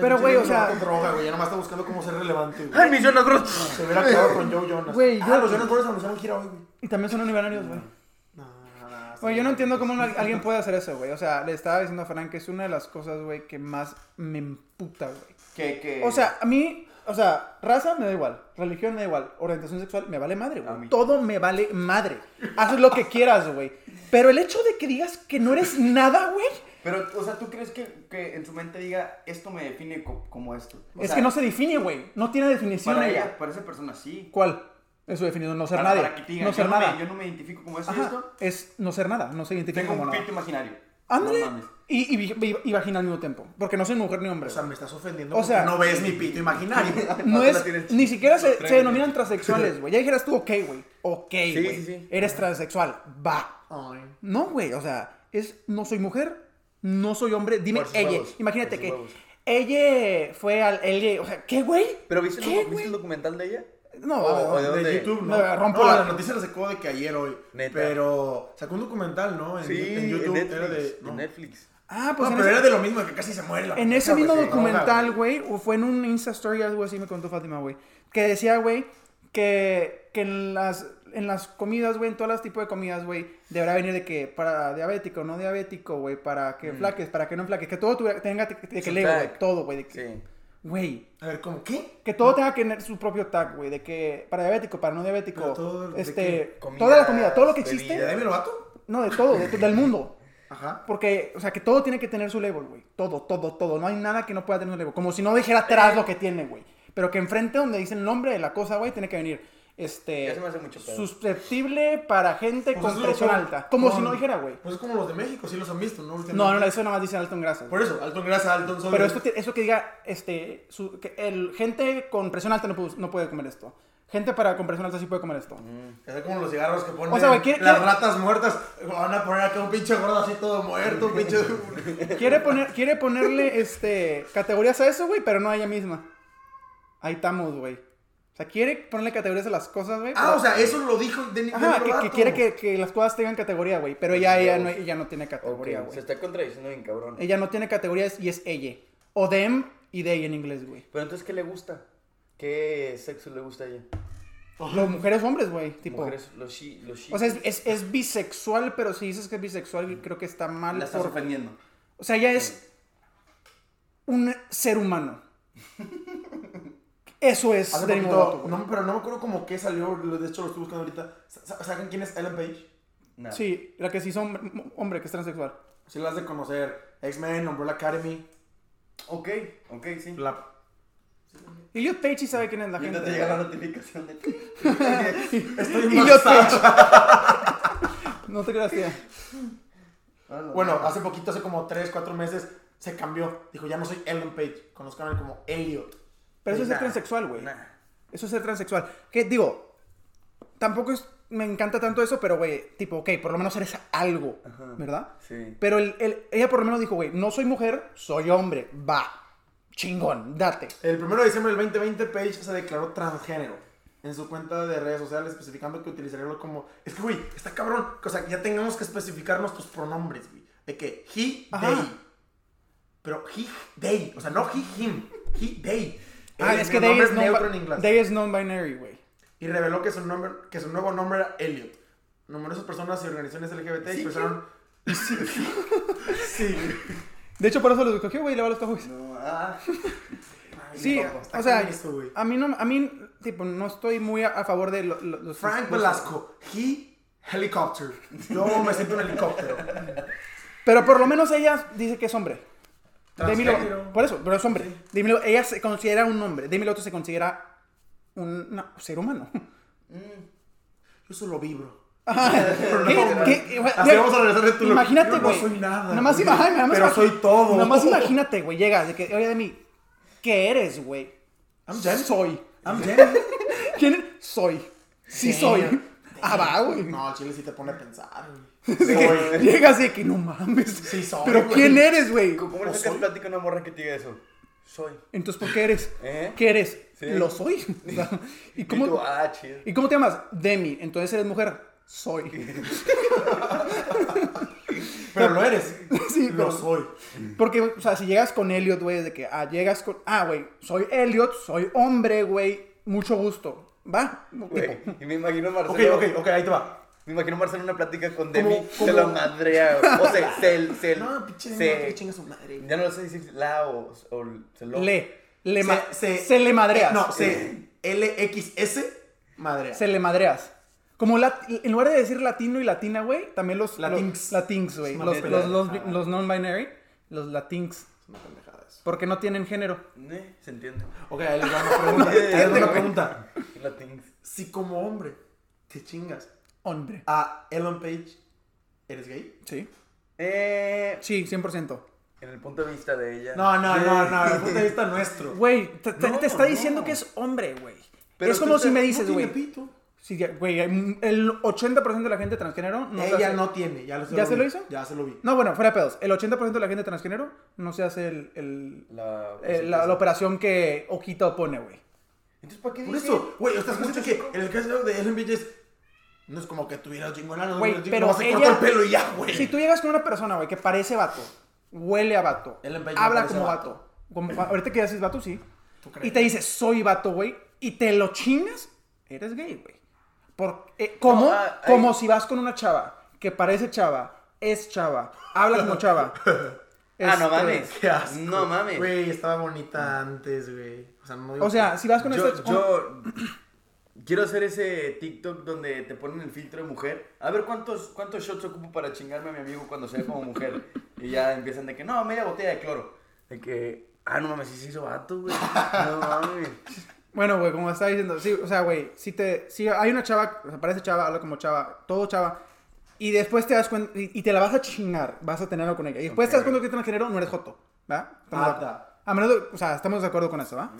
[SPEAKER 3] Pero, güey, o
[SPEAKER 1] Yo
[SPEAKER 3] sea-
[SPEAKER 1] no Con droga, güey. Ya nomás está buscando cómo ser relevante, güey.
[SPEAKER 2] ¡Ay, mis Jonas Brothers!
[SPEAKER 1] Se hubiera quedado con Joe Jonas.
[SPEAKER 3] Güey,
[SPEAKER 1] ah,
[SPEAKER 3] yo-
[SPEAKER 1] los Jonas Brothers anunciaron gira hoy, güey.
[SPEAKER 3] y también son univarios, güey.
[SPEAKER 1] No, no, no,
[SPEAKER 3] Güey,
[SPEAKER 1] sí.
[SPEAKER 3] yo no entiendo cómo una- alguien puede hacer eso, güey. O sea, le estaba diciendo a Fran que es una de las cosas, güey, que más me emputa, güey.
[SPEAKER 4] Que, que...
[SPEAKER 3] O sea, a mí, o sea, raza me da igual, religión me da igual, orientación sexual me vale madre,
[SPEAKER 2] A mí.
[SPEAKER 3] güey. Todo me vale madre. Haces lo que quieras, güey. Pero el hecho de que digas que no eres nada, güey,
[SPEAKER 4] Pero, o sea, ¿tú crees que, que en su mente diga, esto me define co- como esto? O
[SPEAKER 3] es
[SPEAKER 4] sea,
[SPEAKER 3] que no se define, güey. No tiene definición
[SPEAKER 4] Para
[SPEAKER 3] ella.
[SPEAKER 4] ella, para esa persona sí.
[SPEAKER 3] ¿Cuál? Es su definición, no ser
[SPEAKER 4] Para-
[SPEAKER 3] nadie.
[SPEAKER 4] para que te digan,
[SPEAKER 3] no ser
[SPEAKER 4] yo,
[SPEAKER 3] nada.
[SPEAKER 4] No me, yo no me identifico como esto y
[SPEAKER 3] Ajá,
[SPEAKER 4] esto.
[SPEAKER 3] es no ser nada, no se identifica
[SPEAKER 4] Tengo
[SPEAKER 3] como
[SPEAKER 4] un
[SPEAKER 3] nada.
[SPEAKER 4] pito imaginario.
[SPEAKER 3] Ándale,
[SPEAKER 4] No mames.
[SPEAKER 3] y, y, y, y vagina al mismo tiempo, porque no soy mujer ni hombre.
[SPEAKER 1] O sea, me estás ofendiendo.
[SPEAKER 3] O
[SPEAKER 1] porque
[SPEAKER 3] sea-
[SPEAKER 1] no ves mi pito imaginario.
[SPEAKER 3] No
[SPEAKER 2] No
[SPEAKER 3] es,
[SPEAKER 2] la tienes.
[SPEAKER 3] ni siquiera se, se
[SPEAKER 2] Tráeme.
[SPEAKER 3] denominan transexuales, güey. Ya dijeras tú, ok, güey. Ok, güey.
[SPEAKER 2] sí, sí.
[SPEAKER 3] Eres transexual. Va.
[SPEAKER 1] Ay.
[SPEAKER 3] No, güey. O sea, es no soy mujer, no soy hombre. Dime
[SPEAKER 2] Por sus
[SPEAKER 3] ella.
[SPEAKER 2] huevos,
[SPEAKER 3] Imagínate
[SPEAKER 2] por sus
[SPEAKER 3] que
[SPEAKER 2] huevos.
[SPEAKER 3] ella fue al. Ella, o sea, ¿qué, güey?
[SPEAKER 2] ¿Pero viste, Oh, el
[SPEAKER 3] ¿Qué,
[SPEAKER 2] docu- viste el
[SPEAKER 3] güey?
[SPEAKER 2] documental de ella?
[SPEAKER 3] No,
[SPEAKER 2] o- o
[SPEAKER 3] güey.
[SPEAKER 2] de- dónde?
[SPEAKER 1] De YouTube, ¿no?
[SPEAKER 3] Me rompo
[SPEAKER 1] no,
[SPEAKER 3] la-
[SPEAKER 1] la... noticia la sacó de que ayer hoy.
[SPEAKER 2] Neta.
[SPEAKER 1] Pero sacó un documental, ¿no? En,
[SPEAKER 2] Sí,
[SPEAKER 1] en YouTube.
[SPEAKER 2] Netflix.
[SPEAKER 1] era de. No.
[SPEAKER 2] En Netflix.
[SPEAKER 3] Ah,
[SPEAKER 1] No,
[SPEAKER 3] pues en,
[SPEAKER 1] pero era
[SPEAKER 3] ese,
[SPEAKER 1] de lo mismo, que casi se muere la
[SPEAKER 3] en
[SPEAKER 1] mujer,
[SPEAKER 3] ese mismo
[SPEAKER 1] güey, sí.
[SPEAKER 3] documental, güey, o fue en un Insta Story, algo así me contó Fátima, güey, que decía, güey, que, que en las. En las comidas, güey, en todas las tipos de comidas, güey, deberá venir de que para diabético, no diabético, güey, para
[SPEAKER 2] Mm.
[SPEAKER 3] que flaques, para que no flaques, que todo tuviera- tenga que- que que
[SPEAKER 2] Su
[SPEAKER 3] leer,
[SPEAKER 2] tag.
[SPEAKER 3] güey, todo, güey, de que-
[SPEAKER 2] Sí.
[SPEAKER 3] güey,
[SPEAKER 1] A ver, ¿cómo qué?
[SPEAKER 3] que todo tenga que tener su propio tag, güey, de que para diabético, para no diabético,
[SPEAKER 1] Pero todo, ¿de
[SPEAKER 3] este,
[SPEAKER 2] qué?
[SPEAKER 3] toda la comida, todo lo que
[SPEAKER 2] Comidas,
[SPEAKER 3] existe,
[SPEAKER 1] ¿De Demi Lovato?
[SPEAKER 3] no, de todo, de- del mundo,
[SPEAKER 1] Ajá.
[SPEAKER 3] porque, o sea, que todo tiene que tener su label, güey, todo, todo, todo, no hay nada que no pueda tener su label, como si no dijera atrás lo que tiene, güey, pero que enfrente donde dice el nombre de la cosa, güey, tiene que venir,
[SPEAKER 2] Ya
[SPEAKER 3] este,
[SPEAKER 2] se me hace mucho pedo.
[SPEAKER 3] susceptible para gente
[SPEAKER 1] Pues
[SPEAKER 3] con
[SPEAKER 1] eso es
[SPEAKER 3] presión
[SPEAKER 1] lo que-
[SPEAKER 3] alta, como si
[SPEAKER 1] con-
[SPEAKER 3] no dijera, güey,
[SPEAKER 1] Pues es como los de México, sí los han visto, ¿no?
[SPEAKER 3] no, no,
[SPEAKER 1] Últimamente.
[SPEAKER 3] eso nada más dice alto en grasa, güey.
[SPEAKER 1] Por eso, Alton Grasa, Alton Sol.
[SPEAKER 3] Pero esto, que- eso que diga, este, su- que el, gente con presión alta no puede, no puede comer esto. Gente para con presión alta sí puede comer esto.
[SPEAKER 1] Es como los cigarros que ponen
[SPEAKER 3] O sea, güey, ¿quiere-
[SPEAKER 1] las
[SPEAKER 3] quiere-
[SPEAKER 1] ratas muertas. Van a poner acá un pinche gordo así todo muerto, un pinche.
[SPEAKER 3] Quiere, poner, quiere ponerle este, categorías a eso, güey, pero no a ella misma. Ahí estamos, güey. O sea, quiere ponerle categorías a las cosas, güey.
[SPEAKER 1] ah,
[SPEAKER 3] pero-
[SPEAKER 1] o sea, eso lo dijo Demi
[SPEAKER 3] Ajá,
[SPEAKER 1] Demi
[SPEAKER 3] que- que,
[SPEAKER 1] Lovato.
[SPEAKER 3] quiere que, que las cosas tengan categoría, güey. Pero ella, ella, no, ella no tiene
[SPEAKER 2] Ok,
[SPEAKER 3] categoría,
[SPEAKER 2] se
[SPEAKER 3] güey.
[SPEAKER 2] está contradiciendo bien, cabrón.
[SPEAKER 3] Ella no tiene categorías y es ella. O them y they en inglés, güey.
[SPEAKER 2] Pero entonces, ¿qué le gusta? ¿Qué sexo le gusta a ella?
[SPEAKER 3] Los mujeres hombres, güey. Tipo.
[SPEAKER 2] Mujeres, los she, los she.
[SPEAKER 3] O sea, es, es- es bisexual, pero si dices que es bisexual, creo que está mal.
[SPEAKER 4] Mm. La estás
[SPEAKER 3] por-
[SPEAKER 4] ofendiendo.
[SPEAKER 3] O sea, ya es un ser humano. Eso es
[SPEAKER 1] Hace
[SPEAKER 3] Demi
[SPEAKER 1] poquito-
[SPEAKER 3] Lovato, güey.
[SPEAKER 1] no, pero no me acuerdo como que salió, lo- de hecho lo estoy buscando ahorita. Sa- ¿Saben quién es Ellen Page?
[SPEAKER 2] Nada.
[SPEAKER 3] Sí, la que sí son hombre, que es transexual.
[SPEAKER 1] Si la has de conocer. X-Men, Umbrella Academy,
[SPEAKER 2] Ok, ok, sí.
[SPEAKER 1] la...
[SPEAKER 3] Y yo Teichi sabe quién es la
[SPEAKER 4] Y
[SPEAKER 3] gente.
[SPEAKER 4] ahorita te llega la notificación de
[SPEAKER 1] Estoy
[SPEAKER 3] Y yo
[SPEAKER 1] embarazada.
[SPEAKER 3] No te creas, tía.
[SPEAKER 2] Ah,
[SPEAKER 1] Bueno, hace poquito, hace como 3, 4 meses, se cambió. Dijo, ya no soy Ellen Page, conozcanme como Elliot.
[SPEAKER 3] Pero eso es ser
[SPEAKER 2] Nah,
[SPEAKER 3] transexual, güey.
[SPEAKER 2] nah.
[SPEAKER 3] Eso es ser transexual. Que digo, tampoco es, me encanta tanto eso, pero güey, tipo, ok, por lo menos eres algo, ¿verdad?
[SPEAKER 2] Sí.
[SPEAKER 3] Pero el- el- ella por lo menos dijo, güey, no soy mujer, soy hombre. Va. Chingón, date.
[SPEAKER 1] El 1 de diciembre del 2020, Page se declaró transgénero en su cuenta de redes sociales, especificando que utilizaría como. Es que, güey, está cabrón. O sea, ya tengamos que especificar nuestros pronombres, güey. De que he,
[SPEAKER 3] Ajá.
[SPEAKER 1] they. Pero he, they. O sea, no he, him. He, they. Eh,
[SPEAKER 3] Ah,
[SPEAKER 1] El
[SPEAKER 3] es que they
[SPEAKER 1] pronombre
[SPEAKER 3] is, non-
[SPEAKER 1] neutro en inglés.
[SPEAKER 3] they is non-binary, güey.
[SPEAKER 1] Y reveló que su, nombre, que su nuevo nombre era Elliot. Numerosas personas y organizaciones LGBT expresaron. sí.
[SPEAKER 3] De hecho, por eso los escogió, güey, le va a los cowboys.
[SPEAKER 4] No, ah.
[SPEAKER 1] Ay,
[SPEAKER 3] sí,
[SPEAKER 1] loco, está
[SPEAKER 3] o sea,
[SPEAKER 1] cabrón esto, güey.
[SPEAKER 3] a mí, no, a mí, tipo, no estoy muy a, a favor de lo- lo- los...
[SPEAKER 1] Frank
[SPEAKER 3] los-
[SPEAKER 1] Velasco, he helicopter. Yo me siento un helicóptero.
[SPEAKER 3] Pero por lo menos ella dice que es hombre. Demi Lo-
[SPEAKER 1] Transgénero.
[SPEAKER 3] por eso, pero es hombre. Demi Lo- ella se considera un hombre. Demi Lovato se considera un no, ser humano.
[SPEAKER 1] Yo solo vibro.
[SPEAKER 3] ¿Qué?
[SPEAKER 1] No,
[SPEAKER 3] ¿Qué?
[SPEAKER 1] güey.
[SPEAKER 3] ¿Qué?
[SPEAKER 1] Así
[SPEAKER 3] Güey,
[SPEAKER 1] vamos a regresar de tu look.
[SPEAKER 3] Imagínate,
[SPEAKER 1] Yo
[SPEAKER 3] güey.
[SPEAKER 1] No soy nada.
[SPEAKER 3] Nomás
[SPEAKER 1] güey.
[SPEAKER 3] ima- ay, nomás
[SPEAKER 1] Pero
[SPEAKER 3] imagi-
[SPEAKER 1] soy todo.
[SPEAKER 3] Nomás imagínate, güey. Llega de que, oye, Demi, ¿qué eres, güey?
[SPEAKER 1] I'm Jen.
[SPEAKER 3] Soy.
[SPEAKER 1] I'm Jen.
[SPEAKER 3] ¿Quién? Soy. Sí, soy. Ah, va, güey.
[SPEAKER 1] No, el chile sí te pone a pensar.
[SPEAKER 3] Así que llegas de que no mames.
[SPEAKER 1] Sí soy,
[SPEAKER 3] Pero
[SPEAKER 1] güey.
[SPEAKER 3] ¿quién eres, güey?
[SPEAKER 2] ¿Cómo le sacas plática a una morra que te diga eso? Soy.
[SPEAKER 3] Entonces, ¿por qué eres?
[SPEAKER 2] ¿Eh?
[SPEAKER 3] ¿Qué eres?
[SPEAKER 2] Sí.
[SPEAKER 3] Lo soy. O sea, ¿Y
[SPEAKER 2] ¿Y tú?
[SPEAKER 3] cómo,
[SPEAKER 2] Ah, chido.
[SPEAKER 3] ¿Y cómo te llamas? Demi. Entonces eres mujer. soy.
[SPEAKER 1] Pero lo eres.
[SPEAKER 3] Sí,
[SPEAKER 1] lo
[SPEAKER 3] pero-
[SPEAKER 1] soy.
[SPEAKER 3] Porque, o sea, si llegas con Elliot, güey, es de que, ah, llegas con, ah, güey, soy Elliot, soy hombre, güey, mucho gusto. Va,
[SPEAKER 2] Güey, y me imagino a
[SPEAKER 1] Ok,
[SPEAKER 2] Marcelo.
[SPEAKER 1] ok, ok, ahí te va.
[SPEAKER 2] Me imagino a Marcelo en una plática con Demi.
[SPEAKER 1] ¿Cómo-
[SPEAKER 2] Se la
[SPEAKER 1] cómo?
[SPEAKER 2] madrea. güey. O sea, se. se
[SPEAKER 1] No, pinche,
[SPEAKER 2] se-
[SPEAKER 1] no, que chinga su madre.
[SPEAKER 2] Ya no lo sé decir la o, o se lo.
[SPEAKER 3] le, le
[SPEAKER 1] Se-
[SPEAKER 3] ma- se,
[SPEAKER 1] se-
[SPEAKER 3] le madreas.
[SPEAKER 1] No, se LXS madre.
[SPEAKER 3] Se le madreas. Como lat- en lugar de decir latino y latina, güey, también los
[SPEAKER 1] Latinx.
[SPEAKER 3] los- latinx, güey.
[SPEAKER 1] Es una
[SPEAKER 3] Los,
[SPEAKER 1] pendejada.
[SPEAKER 3] los, los- los non-binary, los latinx.
[SPEAKER 1] Es una pendejada eso.
[SPEAKER 3] Porque no tienen género.
[SPEAKER 2] Eh, se entiende.
[SPEAKER 1] Ok, ahí les va una pregunta.
[SPEAKER 2] entiendo,
[SPEAKER 1] Ahí les va una
[SPEAKER 2] güey.
[SPEAKER 1] pregunta.
[SPEAKER 2] Latins.
[SPEAKER 1] Si como hombre te chingas
[SPEAKER 3] Hombre.
[SPEAKER 1] a Ellen Page, ¿eres gay?
[SPEAKER 3] Sí.
[SPEAKER 2] Eh,
[SPEAKER 3] Sí, 100%.
[SPEAKER 2] en el punto de vista de ella.
[SPEAKER 1] No, no, no, no, desde el punto de vista nuestro.
[SPEAKER 3] Güey, te, te-
[SPEAKER 2] No,
[SPEAKER 3] te está
[SPEAKER 2] no.
[SPEAKER 3] diciendo que es hombre, güey.
[SPEAKER 2] Pero
[SPEAKER 3] Es como
[SPEAKER 2] tú te-
[SPEAKER 3] si me
[SPEAKER 2] no
[SPEAKER 3] dices,
[SPEAKER 1] no
[SPEAKER 3] güey.
[SPEAKER 1] tiene pito.
[SPEAKER 3] Sí, ya, güey, hay- el 80% de la gente transgénero no se
[SPEAKER 1] Ella
[SPEAKER 3] hace-
[SPEAKER 1] no tiene, ya lo
[SPEAKER 3] ¿Ya
[SPEAKER 1] vi.
[SPEAKER 3] se lo hizo?
[SPEAKER 1] Ya se lo vi.
[SPEAKER 3] No, bueno, fuera de pedos. El 80% de la gente transgénero no se hace el, el-
[SPEAKER 2] La,
[SPEAKER 3] eh, la, la operación que Ojito pone, güey.
[SPEAKER 2] Entonces, ¿para qué
[SPEAKER 1] Por
[SPEAKER 2] dice?
[SPEAKER 1] eso, güey, estás
[SPEAKER 3] Pues
[SPEAKER 1] consciente que en el caso de Ellen Page es. No es como que tuviera chingona, no
[SPEAKER 3] Güey,
[SPEAKER 1] no,
[SPEAKER 3] pero
[SPEAKER 1] no, se
[SPEAKER 3] ella-
[SPEAKER 1] cortó el pelo y ya, güey.
[SPEAKER 3] Si tú llegas con una persona, güey, que parece vato, huele a vato,
[SPEAKER 1] Ellen Page no
[SPEAKER 3] habla
[SPEAKER 1] parece
[SPEAKER 3] como vato.
[SPEAKER 1] vato.
[SPEAKER 3] como- ahorita que ya dices vato, sí.
[SPEAKER 1] ¿Tú crees?
[SPEAKER 3] Y te dice, soy vato, güey, y te lo chingas, eres gay, güey. Por- eh, ¿Cómo?
[SPEAKER 2] No, ah,
[SPEAKER 3] como
[SPEAKER 2] ahí-
[SPEAKER 3] si vas con una chava que parece chava, es chava, habla como chava.
[SPEAKER 2] Ah,
[SPEAKER 3] Este,
[SPEAKER 2] no mames.
[SPEAKER 1] Qué asco.
[SPEAKER 2] No mames.
[SPEAKER 1] Güey, estaba bonita antes, güey. O sea, no digo
[SPEAKER 3] O sea, si vas con
[SPEAKER 2] Yo,
[SPEAKER 3] esta...
[SPEAKER 2] yo quiero hacer ese TikTok donde te ponen el filtro de mujer. A ver cuántos, cuántos shots ocupo para chingarme a mi amigo cuando sea como mujer. Y ya empiezan de que, no, media botella de cloro. De que, ah, no mames, sí se hizo vato, güey. No mames.
[SPEAKER 3] Bueno, güey, como estaba diciendo, sí, o sea, güey, si te, si hay una chava, o sea, parece chava, habla como chava, todo chava, y después te das cuenta, y, y te la vas a chingar, vas a tenerlo con ella, y después te das
[SPEAKER 2] Ok.
[SPEAKER 3] cuenta que transgénero no eres joto, ¿va? Estamos de
[SPEAKER 1] Ah,
[SPEAKER 3] acuerdo. A menos, de- o sea, estamos de acuerdo con eso, ¿va?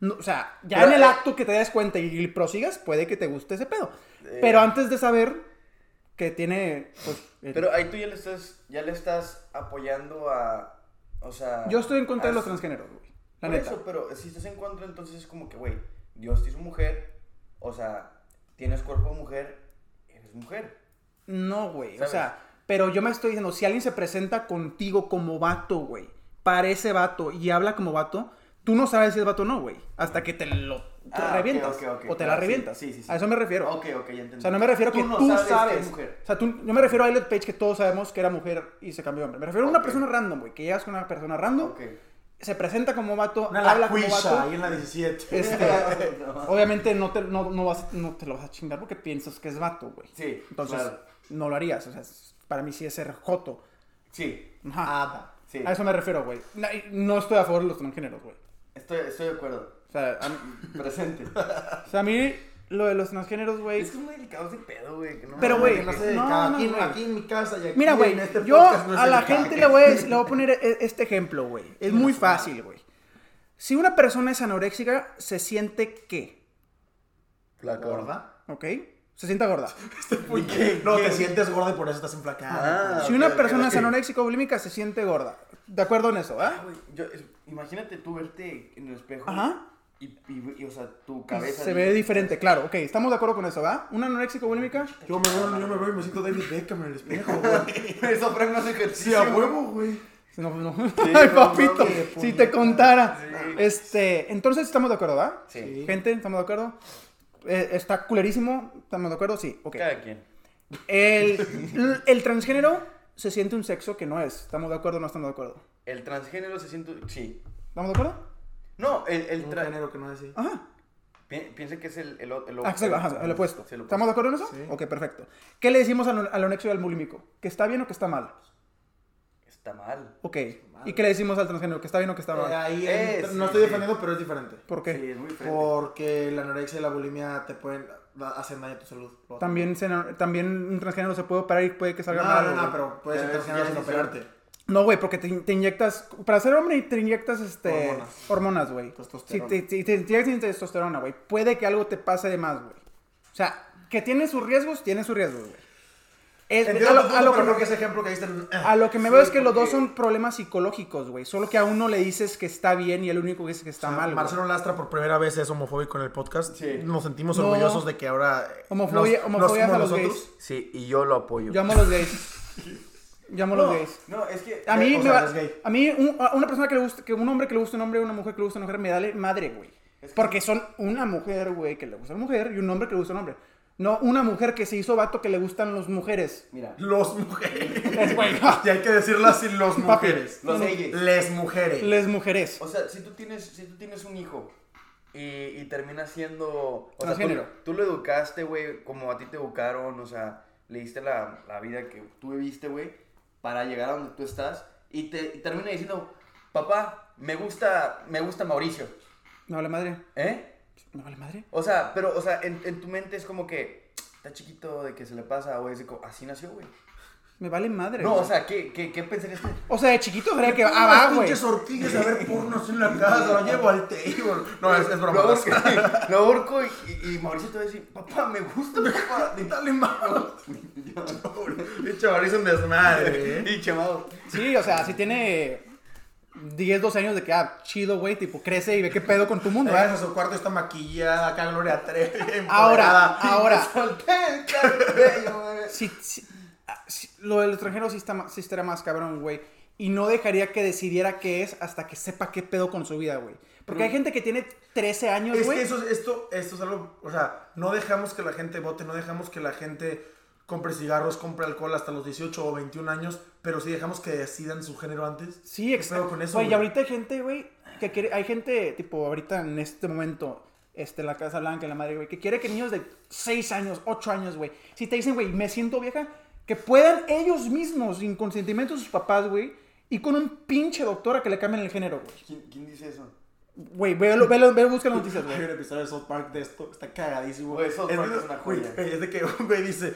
[SPEAKER 3] No, o sea, ya
[SPEAKER 2] Mm. Pero,
[SPEAKER 3] en el
[SPEAKER 2] eh,
[SPEAKER 3] acto que te das cuenta y, prosigas, puede que te guste ese pedo,
[SPEAKER 2] Eh.
[SPEAKER 3] pero antes de saber que tiene, pues, el-
[SPEAKER 2] Pero ahí tú ya le estás, ya le estás apoyando a, o sea...
[SPEAKER 3] yo estoy en contra de los
[SPEAKER 2] transgéneros
[SPEAKER 3] transgéneros, güey, la
[SPEAKER 2] Por
[SPEAKER 3] neta.
[SPEAKER 2] eso, pero si estás en contra, entonces es como que, güey, Dios te hizo mujer, o sea, tienes cuerpo de mujer, eres mujer.
[SPEAKER 3] No, güey. O
[SPEAKER 2] ¿Sabes?
[SPEAKER 3] sea, pero yo me estoy diciendo, si alguien se presenta contigo como vato, güey, parece vato y habla como vato, tú no sabes si es vato o no, güey. Hasta que te lo te
[SPEAKER 2] Ah, ok,
[SPEAKER 3] revientas.
[SPEAKER 2] ok, ok,
[SPEAKER 3] o te
[SPEAKER 2] claro,
[SPEAKER 3] la
[SPEAKER 2] sí,
[SPEAKER 3] revientas.
[SPEAKER 2] sí, sí, sí.
[SPEAKER 3] A eso me refiero.
[SPEAKER 2] Ok, ok, ya entendí.
[SPEAKER 3] O sea, no me refiero a que
[SPEAKER 2] no
[SPEAKER 3] tú
[SPEAKER 2] sabes
[SPEAKER 3] sabes.
[SPEAKER 2] que es mujer.
[SPEAKER 3] O sea, tú, yo me refiero a Elliot Page que todos sabemos que era mujer y se cambió de hombre. Me refiero a una
[SPEAKER 2] Ok.
[SPEAKER 3] persona random, güey, que llegas con una persona random,
[SPEAKER 2] Ok.
[SPEAKER 3] se presenta como vato,
[SPEAKER 1] Una
[SPEAKER 3] habla como
[SPEAKER 1] lacuisha
[SPEAKER 3] vato.
[SPEAKER 1] ahí en la 17.
[SPEAKER 3] Este,
[SPEAKER 2] No.
[SPEAKER 3] obviamente no te, no, no vas, no te lo vas a chingar porque piensas que es vato, güey.
[SPEAKER 2] Sí,
[SPEAKER 3] Entonces,
[SPEAKER 2] claro.
[SPEAKER 3] no lo harías. O sea, es- para mí sí es ser joto.
[SPEAKER 2] Sí, Ah,
[SPEAKER 3] Ajá.
[SPEAKER 1] Nada.
[SPEAKER 2] sí.
[SPEAKER 3] A eso me refiero, güey. No, y no estoy a favor de los transgéneros, güey.
[SPEAKER 2] Estoy, estoy de acuerdo.
[SPEAKER 3] O sea, a,
[SPEAKER 2] Presente.
[SPEAKER 3] o sea, a mí lo de los transgéneros, güey.
[SPEAKER 2] es que es muy delicado ese pedo, güey. que no
[SPEAKER 3] Pero,
[SPEAKER 2] mames,
[SPEAKER 3] güey,
[SPEAKER 1] Ah, no
[SPEAKER 2] que-
[SPEAKER 1] sé,
[SPEAKER 3] no,
[SPEAKER 1] cada
[SPEAKER 3] no,
[SPEAKER 1] quien,
[SPEAKER 3] güey.
[SPEAKER 1] aquí en mi casa y aquí
[SPEAKER 3] Mira, güey,
[SPEAKER 1] en este
[SPEAKER 3] yo
[SPEAKER 1] podcast no es
[SPEAKER 3] a la
[SPEAKER 1] delicado.
[SPEAKER 3] gente le voy a, decir- le voy a poner e- este ejemplo, güey. Es muy fácil, güey. Si una persona es anoréxica, se siente qué,
[SPEAKER 2] Flaco.
[SPEAKER 1] gorda.
[SPEAKER 3] ¿ok? Se sienta gorda.
[SPEAKER 1] ¿Por qué? No, te sientes gorda y por eso estás enflacada.
[SPEAKER 2] Ah,
[SPEAKER 3] Si una
[SPEAKER 2] ok, ok,
[SPEAKER 3] persona es
[SPEAKER 2] ok.
[SPEAKER 3] anoréxica o bulímica, se siente gorda. De acuerdo en eso,
[SPEAKER 2] Ah,
[SPEAKER 3] ¿ah?
[SPEAKER 2] güey, yo- es- imagínate tú verte en el espejo.
[SPEAKER 3] Ajá.
[SPEAKER 2] Y, y- y, o sea, tu cabeza.
[SPEAKER 3] Se ve diferente, claro. Ok, estamos de acuerdo con eso, ¿va? Una anoréxica o bulímica
[SPEAKER 1] Yo me veo, yo me veo y me siento David Beckham en el espejo, güey.
[SPEAKER 2] Eso, Frank, no hace ejercicio.
[SPEAKER 1] Sí, a huevo, güey.
[SPEAKER 3] No, no.
[SPEAKER 2] Sí,
[SPEAKER 3] Ay,
[SPEAKER 2] no,
[SPEAKER 3] papito,
[SPEAKER 2] mami,
[SPEAKER 3] si
[SPEAKER 1] puñeta.
[SPEAKER 3] te contara.
[SPEAKER 2] Sí.
[SPEAKER 3] Este, entonces estamos de acuerdo, ¿va?
[SPEAKER 2] Sí.
[SPEAKER 1] Sí.
[SPEAKER 3] Gente, ¿estamos de acuerdo? Eh, está culerísimo, ¿estamos de acuerdo? Sí, ok.
[SPEAKER 2] Cada quien.
[SPEAKER 3] El, el transgénero se siente un sexo que no es. ¿Estamos de acuerdo o no estamos de acuerdo?
[SPEAKER 2] El transgénero se siente. Sí.
[SPEAKER 3] ¿Estamos de acuerdo?
[SPEAKER 2] No, el, el
[SPEAKER 1] Un
[SPEAKER 2] tra-
[SPEAKER 1] género que no es así.
[SPEAKER 3] Ajá.
[SPEAKER 2] pi- Piensa que es el, el, o- el,
[SPEAKER 3] Ah, exacto, ajá, el opuesto.
[SPEAKER 2] Sí, el
[SPEAKER 3] ¿Estamos de acuerdo en eso?
[SPEAKER 1] Sí.
[SPEAKER 3] Ok, perfecto. ¿Qué le decimos al, al anexo y al bulímico? ¿Que está bien o que está mal?
[SPEAKER 2] Está mal.
[SPEAKER 3] Ok. ¿Y qué le decimos al transgénero? ¿Que está bien o que está
[SPEAKER 1] Eh,
[SPEAKER 3] mal?
[SPEAKER 1] ahí
[SPEAKER 2] Es,
[SPEAKER 1] entra- no
[SPEAKER 2] sí,
[SPEAKER 1] estoy
[SPEAKER 2] sí.
[SPEAKER 1] defendiendo, pero es diferente.
[SPEAKER 3] ¿Por
[SPEAKER 2] Sí,
[SPEAKER 3] qué?
[SPEAKER 2] es muy diferente.
[SPEAKER 1] Porque la anorexia y la bulimia te pueden hacer daño a tu salud.
[SPEAKER 3] También, se- también un transgénero se puede operar y puede que salga
[SPEAKER 1] No,
[SPEAKER 3] mal.
[SPEAKER 1] no,
[SPEAKER 3] güey.
[SPEAKER 1] no, pero puedes
[SPEAKER 2] Ya
[SPEAKER 1] ser
[SPEAKER 2] ves,
[SPEAKER 1] transgénero
[SPEAKER 2] ya
[SPEAKER 1] sin
[SPEAKER 2] ves,
[SPEAKER 1] operarte.
[SPEAKER 3] No, güey, porque te, te inyectas. Para ser hombre, te inyectas este,
[SPEAKER 1] Hormonas.
[SPEAKER 3] hormonas, güey.
[SPEAKER 1] Testosterona.
[SPEAKER 3] Si te, si te inyectas testosterona, güey, puede que algo te pase de más, güey. O sea, que tiene sus riesgos, tiene sus riesgos, güey. Es,
[SPEAKER 1] Entiendo
[SPEAKER 3] a, lo,
[SPEAKER 1] tu punto,
[SPEAKER 3] a lo
[SPEAKER 1] pero
[SPEAKER 3] que,
[SPEAKER 1] creo que ese ejemplo que diste...
[SPEAKER 3] a lo que me veo es que los
[SPEAKER 1] porque-
[SPEAKER 3] dos son problemas psicológicos, güey. Solo que a uno le dices que está bien y al único que dice que está mal. güey.
[SPEAKER 1] Ah, Marcelo Lastra por primera vez es homofóbico en el podcast.
[SPEAKER 4] Sí.
[SPEAKER 1] Nos sentimos
[SPEAKER 3] No.
[SPEAKER 1] orgullosos de que ahora eh,
[SPEAKER 3] Homofobia-
[SPEAKER 1] nos-
[SPEAKER 3] homofobia
[SPEAKER 1] nos-
[SPEAKER 3] a los
[SPEAKER 1] nosotros-
[SPEAKER 3] gays.
[SPEAKER 2] Sí, y yo lo apoyo.
[SPEAKER 3] Yo amo a los gays. Yo amo a los
[SPEAKER 4] No,
[SPEAKER 3] gays.
[SPEAKER 4] No, es que.
[SPEAKER 3] A
[SPEAKER 2] eh,
[SPEAKER 3] mí,
[SPEAKER 1] O
[SPEAKER 3] me
[SPEAKER 1] sea,
[SPEAKER 3] va-
[SPEAKER 1] eres gay.
[SPEAKER 3] a mí un- a una persona que le gusta, que un hombre que le gusta un hombre, una mujer que le gusta una mujer, me dale madre, güey.
[SPEAKER 4] que-
[SPEAKER 3] Porque son una mujer, güey, que le gusta una mujer y un hombre que le gusta un hombre. No una mujer que se hizo vato que le gustan las mujeres.
[SPEAKER 4] Mira,
[SPEAKER 1] Los mujeres.
[SPEAKER 3] Es, güey.
[SPEAKER 1] Y hay que decirlo así, los
[SPEAKER 3] Papi.
[SPEAKER 1] mujeres.
[SPEAKER 4] los leyes.
[SPEAKER 1] Les mujeres.
[SPEAKER 3] Les mujeres.
[SPEAKER 4] O sea, si tú tienes, si tú tienes un hijo.
[SPEAKER 2] Y, y termina siendo. O sea,
[SPEAKER 3] Transgénero.
[SPEAKER 2] tú, tú lo educaste, güey, como a ti te educaron, o sea, le diste la, la vida que.
[SPEAKER 4] tú viviste, güey, para llegar a donde tú estás y te y termina diciendo, papá, me gusta, me gusta Mauricio,
[SPEAKER 3] Me vale madre.
[SPEAKER 4] ¿eh?
[SPEAKER 3] Me vale madre.
[SPEAKER 2] O sea, pero, o sea, en, en tu mente es como que.
[SPEAKER 4] Está chiquito de que se le pasa, güey, es de co- así nació, güey.
[SPEAKER 3] Me vale madre.
[SPEAKER 4] No,
[SPEAKER 3] güey.
[SPEAKER 4] o sea, ¿qué, qué, qué pensarías tú?
[SPEAKER 3] O sea, de chiquito creía que
[SPEAKER 1] Pongo
[SPEAKER 3] ah,
[SPEAKER 1] las
[SPEAKER 3] va, güey.
[SPEAKER 1] pinches orquídeas a ver pornos en la casa, lo llevo al table. No, es, es broma.
[SPEAKER 4] Lo ahorco, lo ahorco y, y- y Mauricio te va a decir, papá, me gusta, papá.
[SPEAKER 1] Dale mano. Y chaval, hizo un desmadre. ¿eh?
[SPEAKER 4] Y chamado.
[SPEAKER 3] Sí, o sea, si tiene 10, 12 años de que ah, chido, güey, tipo crece y ve qué pedo con tu mundo, ¿eh?
[SPEAKER 1] Gracias a su cuarto está maquillada, acá Gloria Trevi. empoderada.
[SPEAKER 3] Ahora, ahora.
[SPEAKER 4] Solté el cabello, güey.
[SPEAKER 3] si, si- ah, si- lo del extranjero sí, está, ma- sí estaría más cabrón, güey. Y no dejaría que decidiera qué es hasta que sepa qué pedo con su vida, güey. Porque hay gente que tiene 13 años,
[SPEAKER 1] Es
[SPEAKER 3] güey.
[SPEAKER 1] que eso, esto, esto es algo, o sea, no dejamos que la gente vote, no dejamos que la gente compre cigarros, compre alcohol hasta los 18 o 21 años, pero sí dejamos que decidan su género antes.
[SPEAKER 3] Sí,
[SPEAKER 1] ¿Qué pedo
[SPEAKER 3] exacto.
[SPEAKER 1] con
[SPEAKER 3] Con
[SPEAKER 1] eso,
[SPEAKER 3] güey, y
[SPEAKER 1] güey?
[SPEAKER 3] ahorita hay gente, güey, que quiere. Hay gente, tipo, ahorita en este momento, este, en la Casa Blanca, en la madre, güey, que quiere que niños de 6 años, 8 años, güey, si te dicen, güey, me siento vieja, que puedan ellos mismos, sin consentimiento de sus papás, güey, y con un pinche doctora que le cambien el género, güey.
[SPEAKER 4] ¿Quién, quién dice eso?
[SPEAKER 3] Güey, velo, velo, velo, busca las noticias,
[SPEAKER 1] Hay
[SPEAKER 3] güey.
[SPEAKER 1] un episodio de South Park de esto, está cagadísimo.
[SPEAKER 4] Güey, South
[SPEAKER 1] de-
[SPEAKER 4] Park es una joya.
[SPEAKER 1] güey, es de que un güey dice,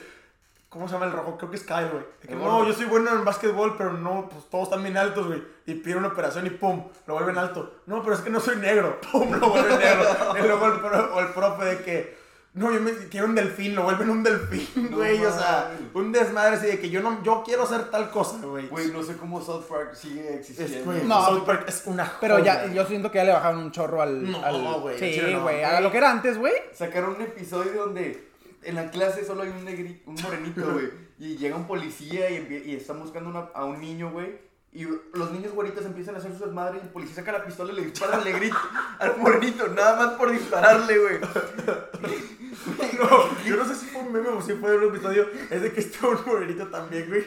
[SPEAKER 1] ¿cómo se llama el rojo? Creo que es Kyle, güey. De que,
[SPEAKER 4] El
[SPEAKER 1] no,
[SPEAKER 4] gordo.
[SPEAKER 1] yo soy bueno en básquetbol, pero no, pues todos están bien altos, güey. Y pide una operación y pum, lo vuelven alto. No, pero es que no soy negro. Pum, lo vuelven negro. y luego el, pro- o el profe de que, no, yo me quiero un delfín, lo vuelven un delfín,
[SPEAKER 4] No
[SPEAKER 1] güey. o sea,
[SPEAKER 4] mames.
[SPEAKER 1] un desmadre así de que yo no, yo quiero hacer tal cosa, güey.
[SPEAKER 4] Güey, no sé cómo South Park sigue
[SPEAKER 1] Es,
[SPEAKER 4] existiendo.
[SPEAKER 1] güey,
[SPEAKER 3] No,
[SPEAKER 1] South Park es una
[SPEAKER 3] Pero ya,
[SPEAKER 1] joya.
[SPEAKER 3] yo siento que ya le bajaron un chorro al.
[SPEAKER 1] No,
[SPEAKER 3] al-
[SPEAKER 1] güey, al
[SPEAKER 3] Sí,
[SPEAKER 1] chile no.
[SPEAKER 3] güey. A lo que era antes, güey.
[SPEAKER 4] Sacaron un episodio donde en la clase solo hay un negri- un morenito, güey. Y llega un policía y, empie- y están buscando una- a un niño, güey. Y los niños güeritos empiezan a hacer su desmadre y el policía saca la pistola y le dispara al negrito, al morenito, nada más por dispararle, güey.
[SPEAKER 1] No, yo no sé si fue un meme o si fue un episodio. Es de que está un morenito también, güey.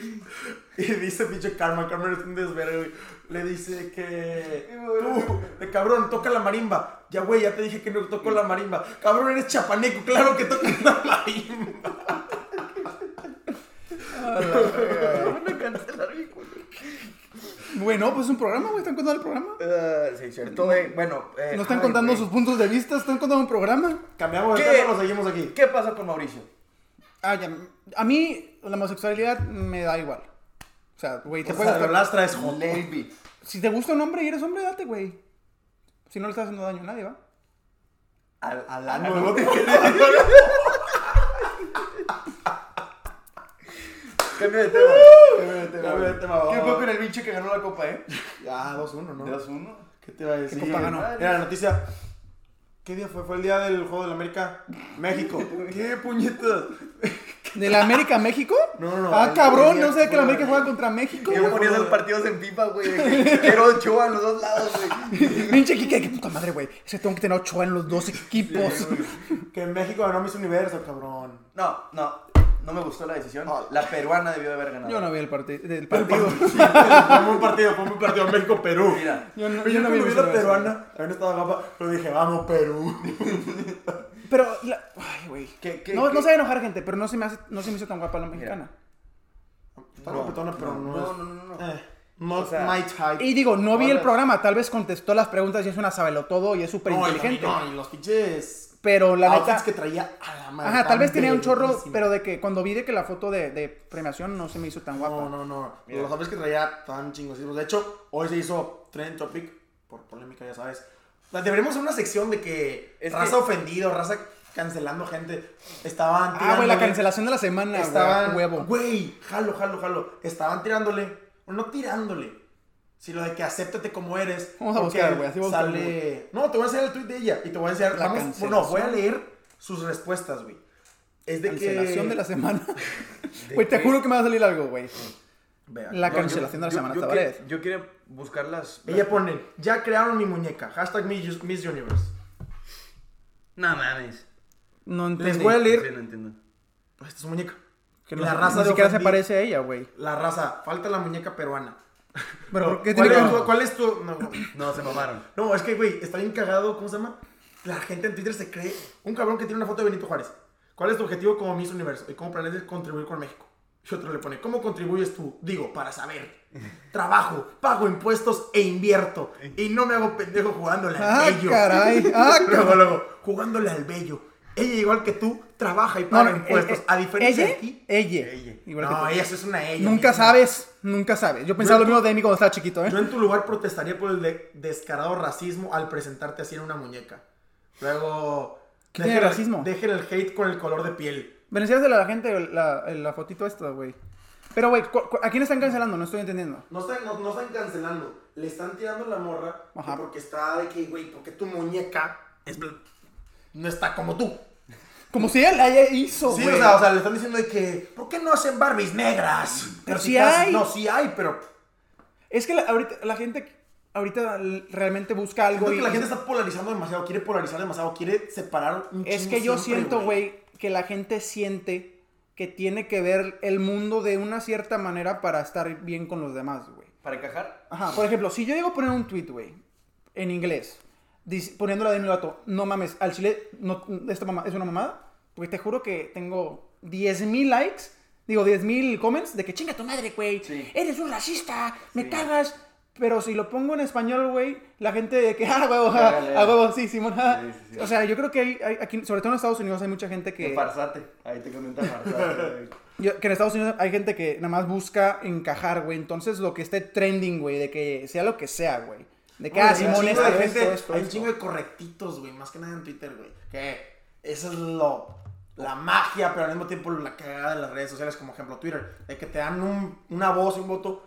[SPEAKER 1] Y dice pinche Carmen, Carmen es un desvergue, güey. Le dice que. Tú, de cabrón, toca la marimba. Ya, güey, ya te dije que no toco la marimba. Cabrón, eres chapaneco, claro que tocas la marimba.
[SPEAKER 4] Van a cancelar mi culo.
[SPEAKER 3] Bueno, pues es un programa, güey. Están contando el programa.
[SPEAKER 2] Ah, sí, cierto, güey. Bueno. eh,
[SPEAKER 3] No están
[SPEAKER 2] ay,
[SPEAKER 3] contando
[SPEAKER 2] güey.
[SPEAKER 3] sus puntos de vista, están contando un programa.
[SPEAKER 1] Cambiamos de
[SPEAKER 2] ¿Qué?
[SPEAKER 1] tema, lo seguimos aquí.
[SPEAKER 2] ¿Qué pasa con Mauricio?
[SPEAKER 3] Ah, ya. A mí, la homosexualidad me da igual. O sea, güey, te
[SPEAKER 1] O
[SPEAKER 3] puede
[SPEAKER 1] sea, lo
[SPEAKER 3] gustar-
[SPEAKER 1] lastra es joder.
[SPEAKER 4] Let it be.
[SPEAKER 3] Si te gusta un hombre y eres hombre, date, güey. Si no le estás haciendo daño a nadie, ¿va?
[SPEAKER 4] Al, al
[SPEAKER 1] Ah, no,
[SPEAKER 4] ano,
[SPEAKER 1] no te-
[SPEAKER 4] Cambio de tema. Cambio de tema.
[SPEAKER 1] Cambio de tema, va,
[SPEAKER 4] ¿Qué
[SPEAKER 1] va,
[SPEAKER 4] fue
[SPEAKER 1] va.
[SPEAKER 4] con el bicho que ganó la copa, eh?
[SPEAKER 1] Ya, 2-1,
[SPEAKER 4] ¿De
[SPEAKER 1] ¿no?
[SPEAKER 4] 2-1?
[SPEAKER 1] ¿Qué te iba a decir?
[SPEAKER 3] copa ganó?
[SPEAKER 1] Era la noticia. ¿Qué día fue? Fue el día del Juego de la América. México. ¿Qué puñetas?
[SPEAKER 3] ¿De la América a México?
[SPEAKER 1] No, no, no.
[SPEAKER 3] Ah,
[SPEAKER 1] El-
[SPEAKER 3] cabrón,
[SPEAKER 1] el-
[SPEAKER 3] no sé que la América juega contra México.
[SPEAKER 2] Yo ponía esos partidos en pipa, güey. Quiero Ochoa a los dos lados, güey.
[SPEAKER 3] Pinche Kike, qué puta madre, güey. Ese tengo que tener ocho en los dos equipos.
[SPEAKER 1] Que México ganó Miss Universo, cabrón.
[SPEAKER 4] No, no. No me gustó la decisión. La peruana debió haber ganado.
[SPEAKER 3] Yo no vi el, parti- del partido.
[SPEAKER 1] Fue un partido, fue un partido México-Perú.
[SPEAKER 4] Mira,
[SPEAKER 3] Yo no,
[SPEAKER 1] Pero yo no vi
[SPEAKER 3] eso.
[SPEAKER 1] la peruana, también estaba guapa, pero dije, vamos Perú.
[SPEAKER 3] Pero, la- ay, güey.
[SPEAKER 4] ¿Qué- qué-
[SPEAKER 3] no,
[SPEAKER 4] qué?
[SPEAKER 3] no se va a enojar gente, pero no se me, hace, no se me hizo tan guapa la mexicana.
[SPEAKER 1] Está guapetona, pero no,
[SPEAKER 4] no,
[SPEAKER 1] es...
[SPEAKER 4] no, no, no.
[SPEAKER 1] Eh, not
[SPEAKER 4] O sea,
[SPEAKER 1] my type.
[SPEAKER 3] Y digo, no vi el
[SPEAKER 4] Ahora-
[SPEAKER 3] programa, tal vez contestó las preguntas y es una sabelotodo y es súper
[SPEAKER 1] No, y-
[SPEAKER 3] inteligente.
[SPEAKER 1] No, y los pinches
[SPEAKER 3] Pero la
[SPEAKER 1] outfits
[SPEAKER 3] neta...
[SPEAKER 1] que traía a la madre.
[SPEAKER 3] Ajá,
[SPEAKER 1] tan
[SPEAKER 3] tal vez tenía un chorro,
[SPEAKER 1] verguísima.
[SPEAKER 3] pero de que cuando vi de que la foto de, de premiación no se me hizo tan guapa.
[SPEAKER 1] No, no, no. Los outfits que traía tan chingosísimos. De hecho, hoy se hizo Trend Topic, por polémica, ya sabes. O sea, Deberíamos hacer una sección de que
[SPEAKER 2] Es
[SPEAKER 1] raza
[SPEAKER 2] que-
[SPEAKER 1] ofendido, raza cancelando gente. Estaban
[SPEAKER 3] Ah, güey, la
[SPEAKER 1] tirándole-
[SPEAKER 3] cancelación de la semana, güey,
[SPEAKER 1] Estaban,
[SPEAKER 3] huevo.
[SPEAKER 1] güey, jalo, jalo, jalo. Estaban tirándole, o no tirándole, sino de que acéptate como eres.
[SPEAKER 3] Vamos a
[SPEAKER 1] porque
[SPEAKER 3] buscar, güey, así vamos a
[SPEAKER 1] Sale. No, te voy a enseñar el tweet de ella y te voy a enseñar.
[SPEAKER 3] La
[SPEAKER 1] vamos,
[SPEAKER 3] cancelación.
[SPEAKER 1] no, voy a leer sus respuestas, güey. Es de que.
[SPEAKER 3] Cancelación de la semana. Güey, te juro que me va a salir algo, güey.
[SPEAKER 1] Vea.
[SPEAKER 3] La
[SPEAKER 2] No,
[SPEAKER 3] cancelación de la
[SPEAKER 2] yo-
[SPEAKER 3] semana,
[SPEAKER 2] yo, yo,
[SPEAKER 3] Tabarez.
[SPEAKER 2] que- yo quiero buscar las.
[SPEAKER 1] Ella pone, ya crearon mi muñeca. Hashtag Miss Miss Universe.
[SPEAKER 2] No mames.
[SPEAKER 3] No entendí.
[SPEAKER 1] Les voy a leer.
[SPEAKER 2] Sí, no entiendo.
[SPEAKER 1] Esta es su muñeca.
[SPEAKER 3] Que no
[SPEAKER 1] la
[SPEAKER 3] se-
[SPEAKER 1] raza
[SPEAKER 3] ni
[SPEAKER 1] de
[SPEAKER 3] siquiera se
[SPEAKER 1] ofendi-
[SPEAKER 3] parece a ella, güey.
[SPEAKER 1] La raza, falta la muñeca peruana.
[SPEAKER 3] Pero, ¿qué
[SPEAKER 1] ¿Cuál,
[SPEAKER 3] tiene que
[SPEAKER 1] es, tu- cuál es tu.? No, no.
[SPEAKER 2] No, se mamaron.
[SPEAKER 1] No, es que, güey, está bien cagado, ¿cómo se llama? La gente en Twitter se cree un cabrón que tiene una foto de Benito Juárez. ¿Cuál es tu objetivo como Miss Universo y cómo planeas contribuir con México? Y otro le pone, ¿cómo contribuyes tú? Digo, para saber. Trabajo, pago impuestos e invierto. Y no me hago pendejo jugándole al
[SPEAKER 3] Ah,
[SPEAKER 1] bello.
[SPEAKER 3] caray. Ah,
[SPEAKER 1] luego,
[SPEAKER 3] caray.
[SPEAKER 1] luego, jugándole al bello. Ella, igual que tú, trabaja y
[SPEAKER 3] No,
[SPEAKER 1] paga
[SPEAKER 3] no,
[SPEAKER 1] impuestos.
[SPEAKER 3] eh, eh,
[SPEAKER 1] a diferencia
[SPEAKER 3] ¿ella?
[SPEAKER 1] de ti.
[SPEAKER 3] Ella.
[SPEAKER 2] Ella.
[SPEAKER 3] Igual que
[SPEAKER 1] no,
[SPEAKER 3] tú.
[SPEAKER 1] ella sí es una ella.
[SPEAKER 3] Nunca
[SPEAKER 1] misma.
[SPEAKER 3] sabes, nunca sabes. Yo pensaba
[SPEAKER 1] Yo
[SPEAKER 3] lo mismo
[SPEAKER 1] en tu-
[SPEAKER 3] de mí cuando estaba chiquito, ¿eh?
[SPEAKER 1] Yo en tu lugar protestaría por el de- descarado racismo al presentarte así en una muñeca. Luego.
[SPEAKER 3] ¿Qué
[SPEAKER 1] dejen
[SPEAKER 3] tiene
[SPEAKER 1] el-
[SPEAKER 3] racismo?
[SPEAKER 1] Dejen el hate con el color de piel.
[SPEAKER 3] Veneciásela a la gente la, la fotito esta, güey. Pero, güey, ¿cu- cu- ¿a quién están cancelando? No estoy entendiendo.
[SPEAKER 1] No están, no, no están cancelando. Le están tirando la morra que
[SPEAKER 3] Ajá.
[SPEAKER 1] porque está de que, güey, porque tu muñeca es bl- no está como tú.
[SPEAKER 3] Como si él haya hizo,
[SPEAKER 1] Sí,
[SPEAKER 3] güey.
[SPEAKER 1] o sea, o sea, le están diciendo de que, ¿por qué no hacen Barbies negras?
[SPEAKER 3] Pero
[SPEAKER 1] si
[SPEAKER 3] sí
[SPEAKER 1] casi-
[SPEAKER 3] hay.
[SPEAKER 1] No, sí hay, pero.
[SPEAKER 3] Es que la, ahorita, la gente ahorita l- realmente busca algo
[SPEAKER 1] Siento que
[SPEAKER 3] y-
[SPEAKER 1] la gente está polarizando demasiado, quiere polarizar demasiado, quiere separar un
[SPEAKER 3] Es
[SPEAKER 1] chingo
[SPEAKER 3] que yo
[SPEAKER 1] siempre,
[SPEAKER 3] siento, güey, que la gente siente que tiene que ver el mundo de una cierta manera para estar bien con los demás, güey.
[SPEAKER 4] ¿Para encajar?
[SPEAKER 3] Ajá, por ejemplo, si yo llego a poner un tweet, güey, en inglés, dis- poniéndola de mi gato, no mames, al chile, no, esta mamá es una mamada, porque te juro que tengo 10.000 likes, digo, 10.000 comments de que chinga tu madre, güey,
[SPEAKER 4] Sí.
[SPEAKER 3] eres un racista, me
[SPEAKER 4] Sí.
[SPEAKER 3] cagas. Pero si lo pongo en español, güey, la gente de que, ah, huevo,
[SPEAKER 4] Ya,
[SPEAKER 3] ah,
[SPEAKER 4] ya.
[SPEAKER 3] a huevo, sí, Simón, ah".
[SPEAKER 4] Sí, sí, sí.
[SPEAKER 3] O sea, yo creo que hay, hay- aquí, sobre todo en Estados Unidos, hay mucha gente
[SPEAKER 4] Que
[SPEAKER 3] que...
[SPEAKER 4] farsate. Ahí te comenta farsate, güey.
[SPEAKER 3] Yo- que en Estados Unidos hay gente que nada más busca encajar, güey. Entonces, lo que esté trending, güey, de que sea lo que sea, güey. De que,
[SPEAKER 1] Bueno,
[SPEAKER 3] ah,
[SPEAKER 1] hay un
[SPEAKER 3] Simón,
[SPEAKER 1] chingo
[SPEAKER 3] esto,
[SPEAKER 1] de
[SPEAKER 3] esto,
[SPEAKER 1] gente-
[SPEAKER 3] esto,
[SPEAKER 1] Hay un
[SPEAKER 3] esto.
[SPEAKER 1] chingo de correctitos, güey. Más que nada en Twitter, güey. Que eso es lo. La magia, pero al mismo tiempo la cagada de las redes sociales, como ejemplo Twitter. De que te dan un- una voz y un voto.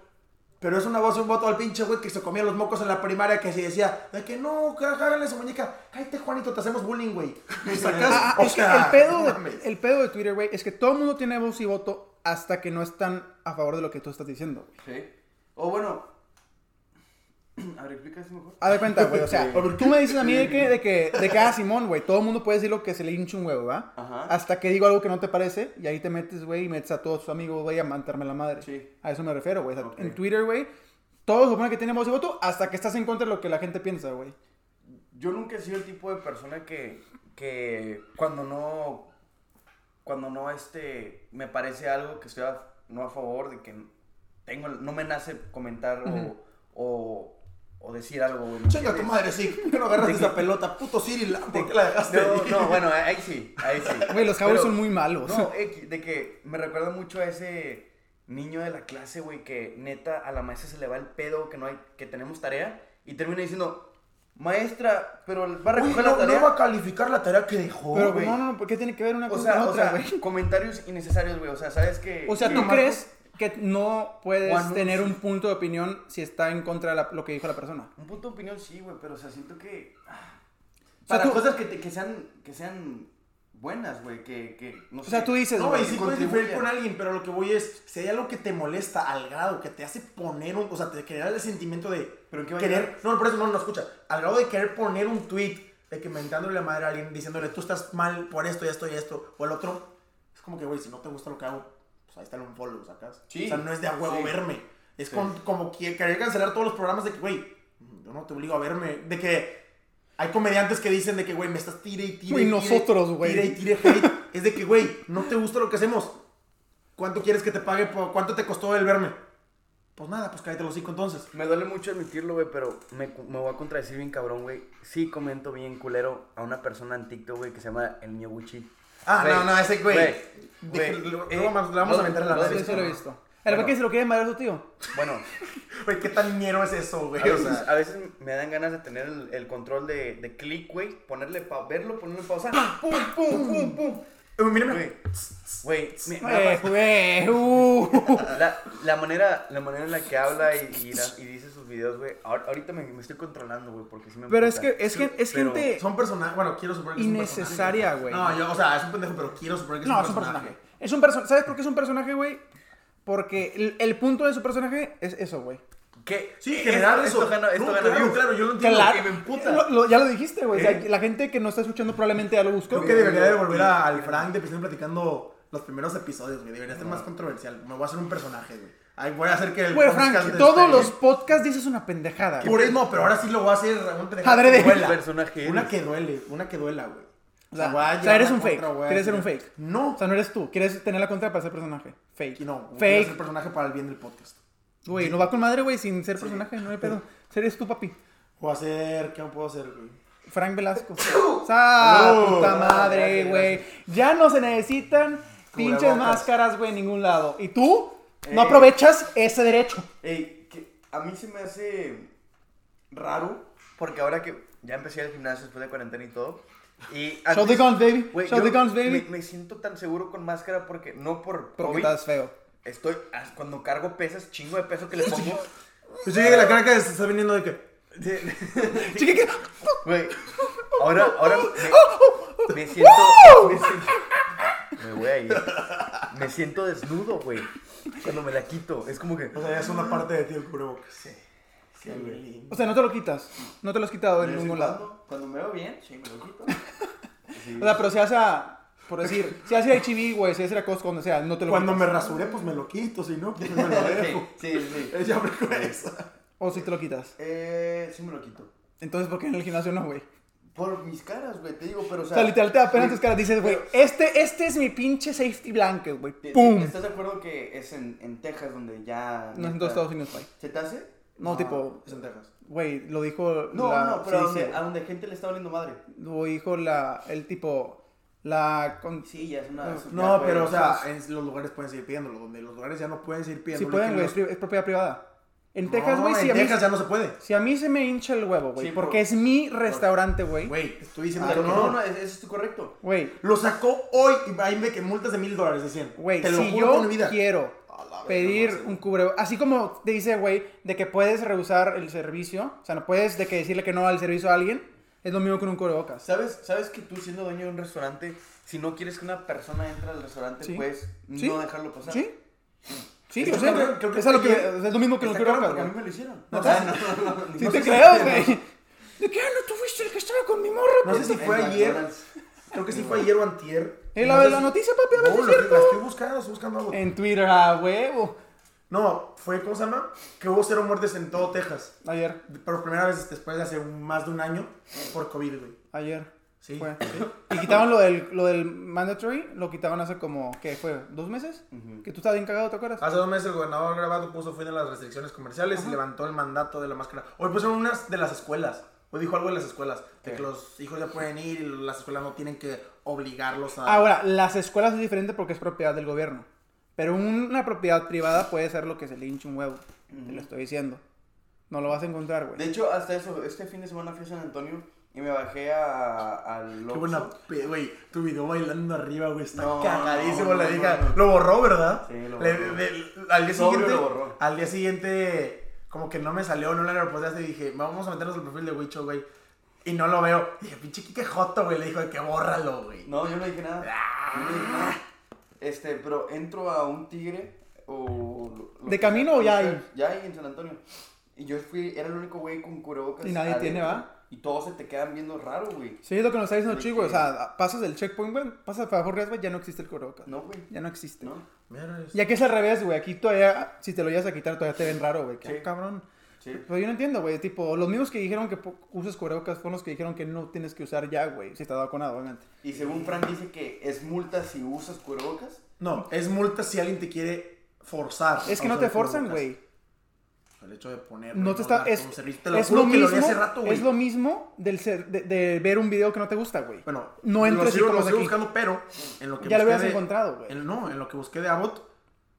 [SPEAKER 1] Pero es una voz y un voto al pinche güey que se comía los mocos en la primaria que se decía de que no, que háganle su muñeca. Cállate, Juanito, te hacemos bullying, güey. Y sacas-
[SPEAKER 3] Ah, ah,
[SPEAKER 1] o
[SPEAKER 3] es que
[SPEAKER 1] sea,
[SPEAKER 3] el pedo,
[SPEAKER 1] no
[SPEAKER 3] de,
[SPEAKER 1] mames.
[SPEAKER 3] el pedo de Twitter, güey, es que todo el mundo tiene voz y voto hasta que no están a favor de lo que tú estás diciendo. güey.
[SPEAKER 4] Sí. O bueno. A ver, explica eso mejor.
[SPEAKER 3] Haz de cuenta, güey, o sea,
[SPEAKER 4] Sí.
[SPEAKER 3] tú me dices a mí de que, de que, de que, ah, Simón, güey, todo el mundo puede decir lo que se le hincha un huevo, ¿va?
[SPEAKER 4] Ajá.
[SPEAKER 3] Hasta que digo algo que no te parece y ahí te metes, güey, y metes a todos tus amigos, güey, a mantarme la madre.
[SPEAKER 4] Sí.
[SPEAKER 3] A eso me refiero, güey. O sea,
[SPEAKER 4] Ok.
[SPEAKER 3] En Twitter, güey, todos suponen que tienen voz y voto hasta que estás en contra de lo que la gente piensa, güey.
[SPEAKER 2] Yo nunca he sido el tipo de persona que, que cuando no, cuando no este, me parece algo que estoy a- no a favor de que tengo, no me nace comentar
[SPEAKER 3] Ujú.
[SPEAKER 2] o, o, o decir algo. güey, ¿me
[SPEAKER 1] Chinga tu
[SPEAKER 2] entiendes?
[SPEAKER 1] madre, sí. ¿Por qué no agarraste
[SPEAKER 2] De que-
[SPEAKER 1] esa pelota? Puto Siri, la- ¿por qué la dejaste
[SPEAKER 2] No,
[SPEAKER 1] ahí?
[SPEAKER 2] no, bueno, ahí sí, ahí sí.
[SPEAKER 3] Güey, los Cowboys
[SPEAKER 2] Pero-
[SPEAKER 3] son muy malos.
[SPEAKER 2] No, X, de que me recuerda mucho a ese niño de la clase, güey, que neta a la maestra se le va el pedo, que no hay, que tenemos tarea, y termina diciendo, maestra, pero va a
[SPEAKER 1] Uy,
[SPEAKER 2] recoger la
[SPEAKER 1] no,
[SPEAKER 2] tarea.
[SPEAKER 1] no va a calificar la tarea que dejó,
[SPEAKER 3] Pero,
[SPEAKER 1] güey.
[SPEAKER 3] no, no, no, ¿por qué tiene que ver una
[SPEAKER 2] o
[SPEAKER 3] cosa
[SPEAKER 2] sea,
[SPEAKER 3] con
[SPEAKER 2] o
[SPEAKER 3] otra,
[SPEAKER 2] sea,
[SPEAKER 3] güey?
[SPEAKER 2] comentarios innecesarios, güey. O sea, sabes que.
[SPEAKER 3] O sea,
[SPEAKER 2] que
[SPEAKER 3] ¿tú
[SPEAKER 2] nomás-
[SPEAKER 3] crees que no puedes
[SPEAKER 2] Juan, no,
[SPEAKER 3] tener
[SPEAKER 2] sí.
[SPEAKER 3] un punto de opinión si está en contra de la- lo que dijo la persona?
[SPEAKER 2] Un punto de opinión sí, güey, pero o sea, siento que. ah,
[SPEAKER 3] O sea,
[SPEAKER 2] para
[SPEAKER 3] tú-
[SPEAKER 2] cosas que, te- que sean, que sean buenas, güey, que, que. No
[SPEAKER 3] O sea, tú dices,
[SPEAKER 1] No,
[SPEAKER 3] güey,
[SPEAKER 1] y sí puedes
[SPEAKER 2] contribuye.
[SPEAKER 1] diferir con alguien, pero lo que voy es, si hay algo que te molesta al grado que te hace poner un, o sea, te genera el sentimiento de
[SPEAKER 2] ¿Pero qué va a
[SPEAKER 1] querer, no, por eso no, no, escucha, al grado de querer poner un tweet de que mentándole la madre a alguien, diciéndole, tú estás mal por esto y esto y esto, o el otro, es como que, güey, si no te gusta lo que hago, pues ahí está el unfollow, ¿sacas?
[SPEAKER 4] Sí.
[SPEAKER 1] O sea, no es de a huevo
[SPEAKER 4] Sí.
[SPEAKER 1] verme, es con- como que querer cancelar todos los programas de que, güey, yo no te obligo a verme, de que... Hay comediantes que dicen de que, güey, me estás tire y tire.
[SPEAKER 3] Güey,
[SPEAKER 1] y
[SPEAKER 3] nosotros, güey.
[SPEAKER 1] Tire y tire hate. Es de que, güey, no te gusta lo que hacemos. ¿Cuánto quieres que te pague? Por, ¿Cuánto te costó el verme? Pues nada, pues cállate los cinco entonces.
[SPEAKER 2] Me duele mucho admitirlo, güey, pero me, cu- me voy a contradecir bien cabrón, güey. Sí comento bien culero a una persona en TikTok, güey, que se llama El Niño Gucci.
[SPEAKER 1] Ah,
[SPEAKER 2] Güey,
[SPEAKER 1] no, no, ese güey.
[SPEAKER 2] güey,
[SPEAKER 1] Dije,
[SPEAKER 2] güey,
[SPEAKER 1] lo-
[SPEAKER 2] eh,
[SPEAKER 1] lo vamos- le vamos a
[SPEAKER 2] no,
[SPEAKER 1] aventar en la
[SPEAKER 2] no,
[SPEAKER 1] madre.
[SPEAKER 3] Eso lo he visto. El güey
[SPEAKER 2] Bueno.
[SPEAKER 3] que se lo quiere madrear a su tío.
[SPEAKER 2] Bueno,
[SPEAKER 1] Güey, ¿qué tan ñero es eso, güey?
[SPEAKER 2] a
[SPEAKER 1] O
[SPEAKER 2] veces,
[SPEAKER 1] sea,
[SPEAKER 2] a veces me dan ganas de tener el, el control de, de click, güey. Ponerle pa verlo, ponerle pausa. ¡Pum, pum, pum, pum!
[SPEAKER 1] eh, mírame.
[SPEAKER 2] Güey, güey, me- me ha
[SPEAKER 3] Eh, güey, uh.
[SPEAKER 2] La, la manera, la manera en la que habla y, y la- y dice sus videos, güey. ahor- ahorita me, me estoy controlando, güey, porque sí me
[SPEAKER 3] Pero es
[SPEAKER 2] emputa.
[SPEAKER 3] que es, gen- es
[SPEAKER 2] Pero-
[SPEAKER 3] gente
[SPEAKER 1] Son personajes. Bueno, quiero suponer que es un personaje.
[SPEAKER 3] innecesaria, güey.
[SPEAKER 1] No, yo, o sea, es un pendejo, pero quiero suponer que es
[SPEAKER 3] No,
[SPEAKER 1] un
[SPEAKER 3] es un
[SPEAKER 1] personaje.
[SPEAKER 3] personaje. Es un personaje. ¿Sabes por qué es un personaje, güey? Porque el, el punto de su personaje es eso, güey.
[SPEAKER 2] ¿Qué?
[SPEAKER 1] Sí, en general
[SPEAKER 2] Esto-
[SPEAKER 1] eso.
[SPEAKER 2] Esto gana, esto
[SPEAKER 1] No,
[SPEAKER 2] gana
[SPEAKER 1] claro,
[SPEAKER 2] views.
[SPEAKER 1] claro, yo lo
[SPEAKER 3] Que
[SPEAKER 1] entiendo.
[SPEAKER 3] la-
[SPEAKER 1] que me emputa.
[SPEAKER 3] lo- lo- ya lo dijiste, güey. O sea,
[SPEAKER 1] ¿Eh?
[SPEAKER 3] la gente que no está escuchando probablemente ya lo buscó.
[SPEAKER 1] Creo que debería de volver a- al Frank de Piscina platicando los primeros episodios, güey. Debería ser más controversial. Me voy a hacer un personaje, güey. Ay, voy a hacer que el.
[SPEAKER 3] Güey,
[SPEAKER 1] podcast
[SPEAKER 3] Frank,
[SPEAKER 1] de
[SPEAKER 3] todos
[SPEAKER 1] este-
[SPEAKER 3] los podcasts dices una pendejada. güey.
[SPEAKER 1] Por eso, no, pero ahora sí lo voy a hacer. Un pendejo
[SPEAKER 3] Adrede.
[SPEAKER 1] que duela.
[SPEAKER 2] Un personaje
[SPEAKER 1] Una
[SPEAKER 2] eres.
[SPEAKER 1] que duele, una que duela, güey.
[SPEAKER 3] O sea,
[SPEAKER 1] voy a
[SPEAKER 3] o sea,
[SPEAKER 1] llevar
[SPEAKER 3] eres
[SPEAKER 1] la
[SPEAKER 3] un fake.
[SPEAKER 1] güey,
[SPEAKER 3] Quieres ser
[SPEAKER 1] así
[SPEAKER 3] un
[SPEAKER 1] de-
[SPEAKER 3] fake.
[SPEAKER 1] No.
[SPEAKER 3] O sea, no eres tú. Quieres tener la contra para ser personaje. Fake.
[SPEAKER 1] Y no, fake.
[SPEAKER 3] Fake.
[SPEAKER 1] ser personaje para el bien del podcast.
[SPEAKER 3] Güey, no va con madre, güey, sin ser personaje. No hay pedo. Eres tú, papi.
[SPEAKER 1] O hacer, ¿qué puedo hacer, güey?
[SPEAKER 3] Frank Velasco. ¡Sa!
[SPEAKER 1] Oh.
[SPEAKER 3] ¡Puta madre,
[SPEAKER 1] Gracias,
[SPEAKER 3] güey! Ya no se necesitan pinches
[SPEAKER 1] Cubrebocas.
[SPEAKER 3] máscaras, güey, en ningún lado. ¿Y tú? No aprovechas ese derecho.
[SPEAKER 4] Ey, que a mí se me hace raro.
[SPEAKER 2] Porque ahora que ya empecé el gimnasio después de cuarentena y todo. Y
[SPEAKER 3] Show the
[SPEAKER 2] antes-
[SPEAKER 3] guns, baby.
[SPEAKER 2] Güey,
[SPEAKER 3] Show
[SPEAKER 2] yo
[SPEAKER 3] the guns,
[SPEAKER 2] me,
[SPEAKER 3] baby.
[SPEAKER 2] me siento tan seguro con máscara porque no por
[SPEAKER 3] Porque
[SPEAKER 2] COVID,
[SPEAKER 3] estás feo.
[SPEAKER 2] estoy as- cuando cargo pesas chingo de peso que le pongo,
[SPEAKER 1] Yo llegué Pues la cara que se está viniendo de que.
[SPEAKER 3] Chiqui, que-
[SPEAKER 2] güey. Ahora ahora me, me siento me siento- me voy a ir. Me siento desnudo, güey. Cuando me la quito, es como que
[SPEAKER 1] O sea, ya es una parte de ti el cubrebocas. Sí. Sí, güey.
[SPEAKER 3] O sea, no te lo quitas. No te lo has quitado
[SPEAKER 4] De
[SPEAKER 3] en
[SPEAKER 4] vez en
[SPEAKER 3] ningún lado.
[SPEAKER 4] cuando, Cuando me veo bien, sí, me lo quito.
[SPEAKER 3] O sea, pero si haces a. Por decir, si haces a HB, güey, si haces a Costco, donde sea, no te lo
[SPEAKER 1] Cuando me
[SPEAKER 3] quitas.
[SPEAKER 1] rasuré, pues me lo quito, si no, pues me lo dejo.
[SPEAKER 4] Sí, sí, sí.
[SPEAKER 1] Ella me cuesta.
[SPEAKER 3] O si te lo quitas.
[SPEAKER 4] Eh, sí me lo quito.
[SPEAKER 3] Entonces, ¿por qué en el gimnasio no, güey?
[SPEAKER 4] Por mis caras, güey, te digo, pero o
[SPEAKER 3] O
[SPEAKER 4] sea.
[SPEAKER 3] sea, literal te da pena
[SPEAKER 4] sí,
[SPEAKER 3] tus caras. Dices, güey, este, este es mi pinche safety blanket, güey.
[SPEAKER 4] te- te-
[SPEAKER 3] ¡Pum!
[SPEAKER 2] este
[SPEAKER 4] ¿Estás de acuerdo que es en, en Texas donde ya.
[SPEAKER 3] No es en
[SPEAKER 4] neta,
[SPEAKER 3] todos Estados Unidos, güey.
[SPEAKER 4] ¿Se te hace?
[SPEAKER 3] No, tipo,
[SPEAKER 1] Es en Texas.
[SPEAKER 3] güey, lo dijo
[SPEAKER 4] No,
[SPEAKER 3] la.
[SPEAKER 4] no, pero a,
[SPEAKER 3] sí, sí,
[SPEAKER 4] donde,
[SPEAKER 3] güey.
[SPEAKER 4] a donde gente le está valiendo madre.
[SPEAKER 3] Lo dijo la. El tipo. La. Con...
[SPEAKER 4] Sí, ya es una. es una-
[SPEAKER 1] No,
[SPEAKER 4] ya,
[SPEAKER 1] pero o
[SPEAKER 4] güey,
[SPEAKER 1] sea, en los lugares pueden seguir pidiéndolo. Donde los lugares ya no pueden seguir
[SPEAKER 3] Si
[SPEAKER 1] pidiéndolo.
[SPEAKER 3] pueden, güey,
[SPEAKER 1] los-
[SPEAKER 3] es, pri- es propiedad privada. En
[SPEAKER 1] No,
[SPEAKER 3] Texas, güey, si,
[SPEAKER 1] En
[SPEAKER 3] a mí-
[SPEAKER 1] Texas ya no se puede.
[SPEAKER 3] si a mí se me hincha el huevo, güey.
[SPEAKER 4] Sí,
[SPEAKER 3] porque
[SPEAKER 4] por-
[SPEAKER 3] es mi restaurante, güey.
[SPEAKER 1] Güey, te estoy
[SPEAKER 3] Ah,
[SPEAKER 1] diciendo
[SPEAKER 4] Pero
[SPEAKER 1] que
[SPEAKER 4] no, no,
[SPEAKER 1] no.
[SPEAKER 4] es- eso es correcto.
[SPEAKER 3] Güey,
[SPEAKER 1] Lo sacó hoy y ahí me que multas de mil dólares de 100.
[SPEAKER 3] Güey,
[SPEAKER 1] te lo
[SPEAKER 3] si
[SPEAKER 1] juro por
[SPEAKER 3] yo
[SPEAKER 1] mi vida.
[SPEAKER 3] quiero
[SPEAKER 1] verga, no
[SPEAKER 3] pedir
[SPEAKER 1] sé.
[SPEAKER 3] un cubrebocas, así como te dice, güey, de que puedes rehusar el servicio, o sea, no puedes de que decirle que no al servicio a alguien, es lo mismo con un cubrebocas.
[SPEAKER 2] ¿Sabes?
[SPEAKER 4] ¿Sabes que tú siendo dueño
[SPEAKER 2] dueño de un restaurante, si no quieres que una persona entre al restaurante,
[SPEAKER 3] Sí.
[SPEAKER 2] pues
[SPEAKER 3] Sí.
[SPEAKER 2] no dejarlo pasar.
[SPEAKER 3] ¿Sí?
[SPEAKER 1] Mm.
[SPEAKER 3] Sí,
[SPEAKER 1] Es
[SPEAKER 3] yo
[SPEAKER 1] que
[SPEAKER 3] sé,
[SPEAKER 1] creo-
[SPEAKER 3] güey.
[SPEAKER 1] creo que
[SPEAKER 3] es, a lo que,
[SPEAKER 1] ayer-
[SPEAKER 3] es lo mismo que los
[SPEAKER 4] Está claro,
[SPEAKER 3] cubrebocas,
[SPEAKER 4] porque a
[SPEAKER 3] güey.
[SPEAKER 4] mí me lo hicieron.
[SPEAKER 1] No,
[SPEAKER 4] No,
[SPEAKER 1] o sea,
[SPEAKER 4] no, no, no,
[SPEAKER 3] Sí
[SPEAKER 4] no
[SPEAKER 3] te
[SPEAKER 4] sé si
[SPEAKER 3] creo,
[SPEAKER 4] es
[SPEAKER 3] güey.
[SPEAKER 4] cierto.
[SPEAKER 3] ¿De qué? Ah, ¿No tú fuiste el que estaba con mi morra,
[SPEAKER 1] No sé si
[SPEAKER 4] En
[SPEAKER 1] fue ayer.
[SPEAKER 4] McDonald's.
[SPEAKER 1] Creo que sí fue ayer o antier.
[SPEAKER 3] Eh, la,
[SPEAKER 1] No sé
[SPEAKER 3] la
[SPEAKER 1] si-
[SPEAKER 3] noticia, papi, a ver si
[SPEAKER 1] No,
[SPEAKER 3] es
[SPEAKER 1] lo que- la
[SPEAKER 3] cierto. Eh.
[SPEAKER 1] estoy buscando, estoy buscando algo.
[SPEAKER 3] En Twitter, a huevo.
[SPEAKER 1] No, fue, ¿cómo se llama? Que hubo cero muertes en todo Texas.
[SPEAKER 3] Ayer,
[SPEAKER 1] Por primera vez después de hace un- más de un año por COVID, güey.
[SPEAKER 3] ayer.
[SPEAKER 1] Sí.
[SPEAKER 3] Fue.
[SPEAKER 1] sí.
[SPEAKER 3] Y quitaron lo del, lo del mandatory, lo quitaron hace como, ¿qué fue? ¿Dos meses? Que tú estabas bien cagado, ¿te acuerdas?
[SPEAKER 1] Hace dos meses el gobernador grabado puso fin a las restricciones comerciales y levantó el mandato de la máscara. Hoy pusieron unas de las escuelas. Hoy dijo algo de las escuelas. De que los hijos ya pueden ir y las escuelas no tienen que obligarlos
[SPEAKER 4] Ah,
[SPEAKER 1] a...
[SPEAKER 3] Ahora, las escuelas es diferente porque es propiedad del gobierno. Pero una propiedad privada puede ser lo que se le hinche un huevo. Te lo estoy diciendo. No lo vas a encontrar,
[SPEAKER 4] De
[SPEAKER 3] güey.
[SPEAKER 4] hecho, hasta eso, este fin de semana fui a San Antonio y me bajé a, al
[SPEAKER 1] Qué
[SPEAKER 4] Oxxo.
[SPEAKER 1] buena... pe- eh, Güey, tu video bailando arriba, güey. Está
[SPEAKER 4] No,
[SPEAKER 1] cagadísimo
[SPEAKER 4] no,
[SPEAKER 1] la
[SPEAKER 4] no,
[SPEAKER 1] liga.
[SPEAKER 4] no, no.
[SPEAKER 1] Lo borró, ¿verdad?
[SPEAKER 4] Sí, lo
[SPEAKER 1] Le-
[SPEAKER 4] borró.
[SPEAKER 1] de- de- al
[SPEAKER 4] Sobrio
[SPEAKER 1] día siguiente...
[SPEAKER 4] lo borró.
[SPEAKER 1] Al día siguiente... Como que no me salió, no le reposaste y dije, vamos a meternos el perfil de Wicho, güey. Y no lo veo. Dije, pinche Kike Joto, güey. Le dijo, de que bórralo, güey.
[SPEAKER 4] No, yo no dije nada. Yo no dije nada.
[SPEAKER 3] Ah.
[SPEAKER 4] Este, pero entro a un tigre o... lo- lo
[SPEAKER 3] ¿De
[SPEAKER 4] que
[SPEAKER 3] camino
[SPEAKER 4] sea,
[SPEAKER 3] o ya
[SPEAKER 4] lo que
[SPEAKER 3] hay?
[SPEAKER 4] sea, Ya hay en San Antonio. Y yo fui, era el único güey con cubrebocas.
[SPEAKER 3] Y nadie tiene,
[SPEAKER 4] adentro.
[SPEAKER 3] ¿va?
[SPEAKER 4] Y todos se te quedan viendo raro, güey.
[SPEAKER 3] Sí, es lo que nos está diciendo
[SPEAKER 4] De
[SPEAKER 3] Chico, güey. O
[SPEAKER 4] que-
[SPEAKER 3] sea, pasas del checkpoint, güey. Pasas para Jorge güey. Ya no existe el cubrebocas.
[SPEAKER 4] No, güey.
[SPEAKER 3] Ya no existe.
[SPEAKER 4] No.
[SPEAKER 1] Mira, es-
[SPEAKER 3] Y aquí es al revés, güey. Aquí todavía, si te lo llegas a quitar, todavía te ven raro, güey. Que,
[SPEAKER 4] Sí.
[SPEAKER 3] ah, cabrón.
[SPEAKER 4] Sí.
[SPEAKER 3] Pero yo no entiendo, güey. Tipo, los mismos que dijeron que po- uses cubrebocas fueron los que dijeron que no tienes que usar ya, güey. Si te ha dado con nada, obviamente.
[SPEAKER 4] Y según Frank dice que es multa si usas cubrebocas.
[SPEAKER 1] No, es multa si alguien te quiere forzar.
[SPEAKER 3] Es que
[SPEAKER 1] a
[SPEAKER 3] no
[SPEAKER 1] usar
[SPEAKER 3] te
[SPEAKER 1] el
[SPEAKER 3] forzan,
[SPEAKER 1] cubrebocas.
[SPEAKER 3] güey.
[SPEAKER 1] El hecho de poner.
[SPEAKER 3] No
[SPEAKER 1] güey,
[SPEAKER 3] te está.
[SPEAKER 1] dar
[SPEAKER 3] Es,
[SPEAKER 1] como servicio. Te lo
[SPEAKER 3] es
[SPEAKER 1] juro
[SPEAKER 3] lo
[SPEAKER 1] que lo
[SPEAKER 3] mismo.
[SPEAKER 1] vi hace rato, güey.
[SPEAKER 3] es lo mismo del ser- de, de ver un video que no te gusta, güey.
[SPEAKER 1] Bueno,
[SPEAKER 3] no
[SPEAKER 1] lo
[SPEAKER 3] entres y
[SPEAKER 1] sigo, lo
[SPEAKER 3] comas
[SPEAKER 1] sigo
[SPEAKER 3] aquí.
[SPEAKER 1] buscando, pero en lo que
[SPEAKER 3] Ya
[SPEAKER 1] busqué
[SPEAKER 3] lo hubieras
[SPEAKER 1] de-
[SPEAKER 3] encontrado, güey.
[SPEAKER 1] en- no, en lo que busqué de Abbott,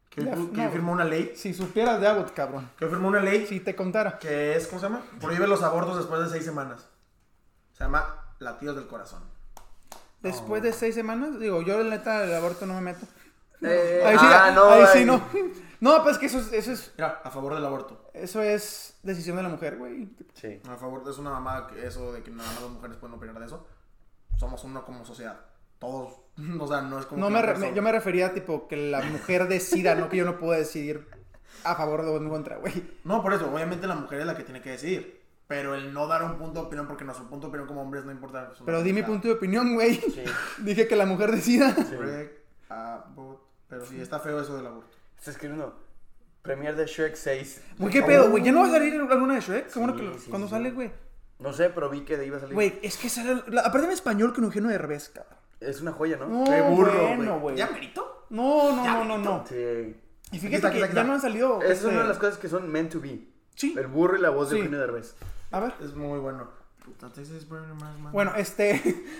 [SPEAKER 1] que,
[SPEAKER 3] Ya,
[SPEAKER 1] pu- que
[SPEAKER 3] no.
[SPEAKER 1] firmó una ley,
[SPEAKER 3] Si supieras de Abbott, cabrón.
[SPEAKER 1] que firmó una ley
[SPEAKER 3] Si te contara.
[SPEAKER 1] que es, ¿cómo se llama? Prohíbe los abortos después de seis semanas. Se llama latidos del corazón.
[SPEAKER 3] Después de seis semanas, digo, yo la neta el aborto no me meto.
[SPEAKER 2] Eh,
[SPEAKER 3] Ahí sí,
[SPEAKER 2] ah, no,
[SPEAKER 3] ahí sí
[SPEAKER 2] ay.
[SPEAKER 3] no. No, pues que eso es, eso es,
[SPEAKER 1] Mira, a favor del aborto.
[SPEAKER 3] eso es decisión de la mujer, güey.
[SPEAKER 2] Sí.
[SPEAKER 1] A favor, es una mamada que eso de que nada más las mujeres pueden opinar de eso. Somos uno como sociedad. Todos, o sea, no es como
[SPEAKER 3] No
[SPEAKER 1] que
[SPEAKER 3] me,
[SPEAKER 1] una
[SPEAKER 3] re- me-
[SPEAKER 1] persona-
[SPEAKER 3] yo me refería tipo que la mujer decida, no que yo no puedo decidir a favor o en contra, güey.
[SPEAKER 1] No, por eso, obviamente la mujer es la que tiene que decidir. Pero el no dar un punto de opinión, porque nuestro punto de opinión como hombres no importa. pues, es una
[SPEAKER 3] Pero di mi
[SPEAKER 1] pendejada.
[SPEAKER 3] punto de opinión, güey.
[SPEAKER 2] Sí.
[SPEAKER 3] Dije que la mujer decida.
[SPEAKER 1] Correct, abort- Pero sí, está feo eso del aborto.
[SPEAKER 2] Está escribiendo Premier de Shrek 6.
[SPEAKER 3] Güey, qué pedo, güey. ¿Ya no va a salir alguna de Shrek? Qué bueno
[SPEAKER 2] Sí,
[SPEAKER 3] que lo-
[SPEAKER 2] sí,
[SPEAKER 3] cuando
[SPEAKER 2] sí.
[SPEAKER 3] sale, güey.
[SPEAKER 2] No sé, pero vi que de ahí iba a salir.
[SPEAKER 3] Güey, es que sale. la- aparte en español con Eugenio Derbez, cabrón.
[SPEAKER 2] Es una joya, ¿no?
[SPEAKER 3] No,
[SPEAKER 1] Qué burro,
[SPEAKER 3] bueno,
[SPEAKER 1] güey.
[SPEAKER 3] güey.
[SPEAKER 1] ¿Ya merito?
[SPEAKER 3] No, no, no, no, no.
[SPEAKER 2] Sí.
[SPEAKER 3] Y
[SPEAKER 1] Aquí está,
[SPEAKER 3] fíjate
[SPEAKER 1] aquí
[SPEAKER 3] que
[SPEAKER 1] está, aquí
[SPEAKER 3] ya
[SPEAKER 1] está.
[SPEAKER 3] no han salido.
[SPEAKER 2] Esa es
[SPEAKER 3] este,
[SPEAKER 2] una de las cosas que son meant to be.
[SPEAKER 3] Sí.
[SPEAKER 2] El burro y la voz de
[SPEAKER 3] Sí.
[SPEAKER 2] Eugenio Derbez.
[SPEAKER 3] A ver.
[SPEAKER 1] Es muy bueno. Puta, Texas Burning Man, man.
[SPEAKER 3] Bueno, este.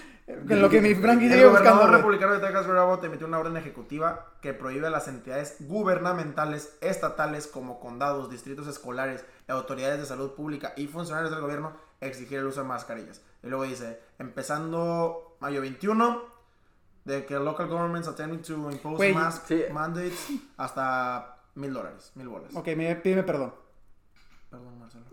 [SPEAKER 3] en lo que mi Frankie
[SPEAKER 1] El
[SPEAKER 3] sigue buscando.
[SPEAKER 1] gobernador
[SPEAKER 3] güey.
[SPEAKER 1] republicano de Texas, Greg Abbott, emitió una orden ejecutiva que prohíbe a las entidades gubernamentales, estatales como condados, distritos escolares, autoridades de salud pública y funcionarios del gobierno exigir el uso de mascarillas. Y luego dice, empezando mayo 21, de que local governments attempting to impose
[SPEAKER 3] Güey,
[SPEAKER 1] mask
[SPEAKER 2] sí.
[SPEAKER 1] mandates hasta mil dólares, mil bolas.
[SPEAKER 3] Ok, me- pídeme perdón.
[SPEAKER 1] Perdón, Marcelo.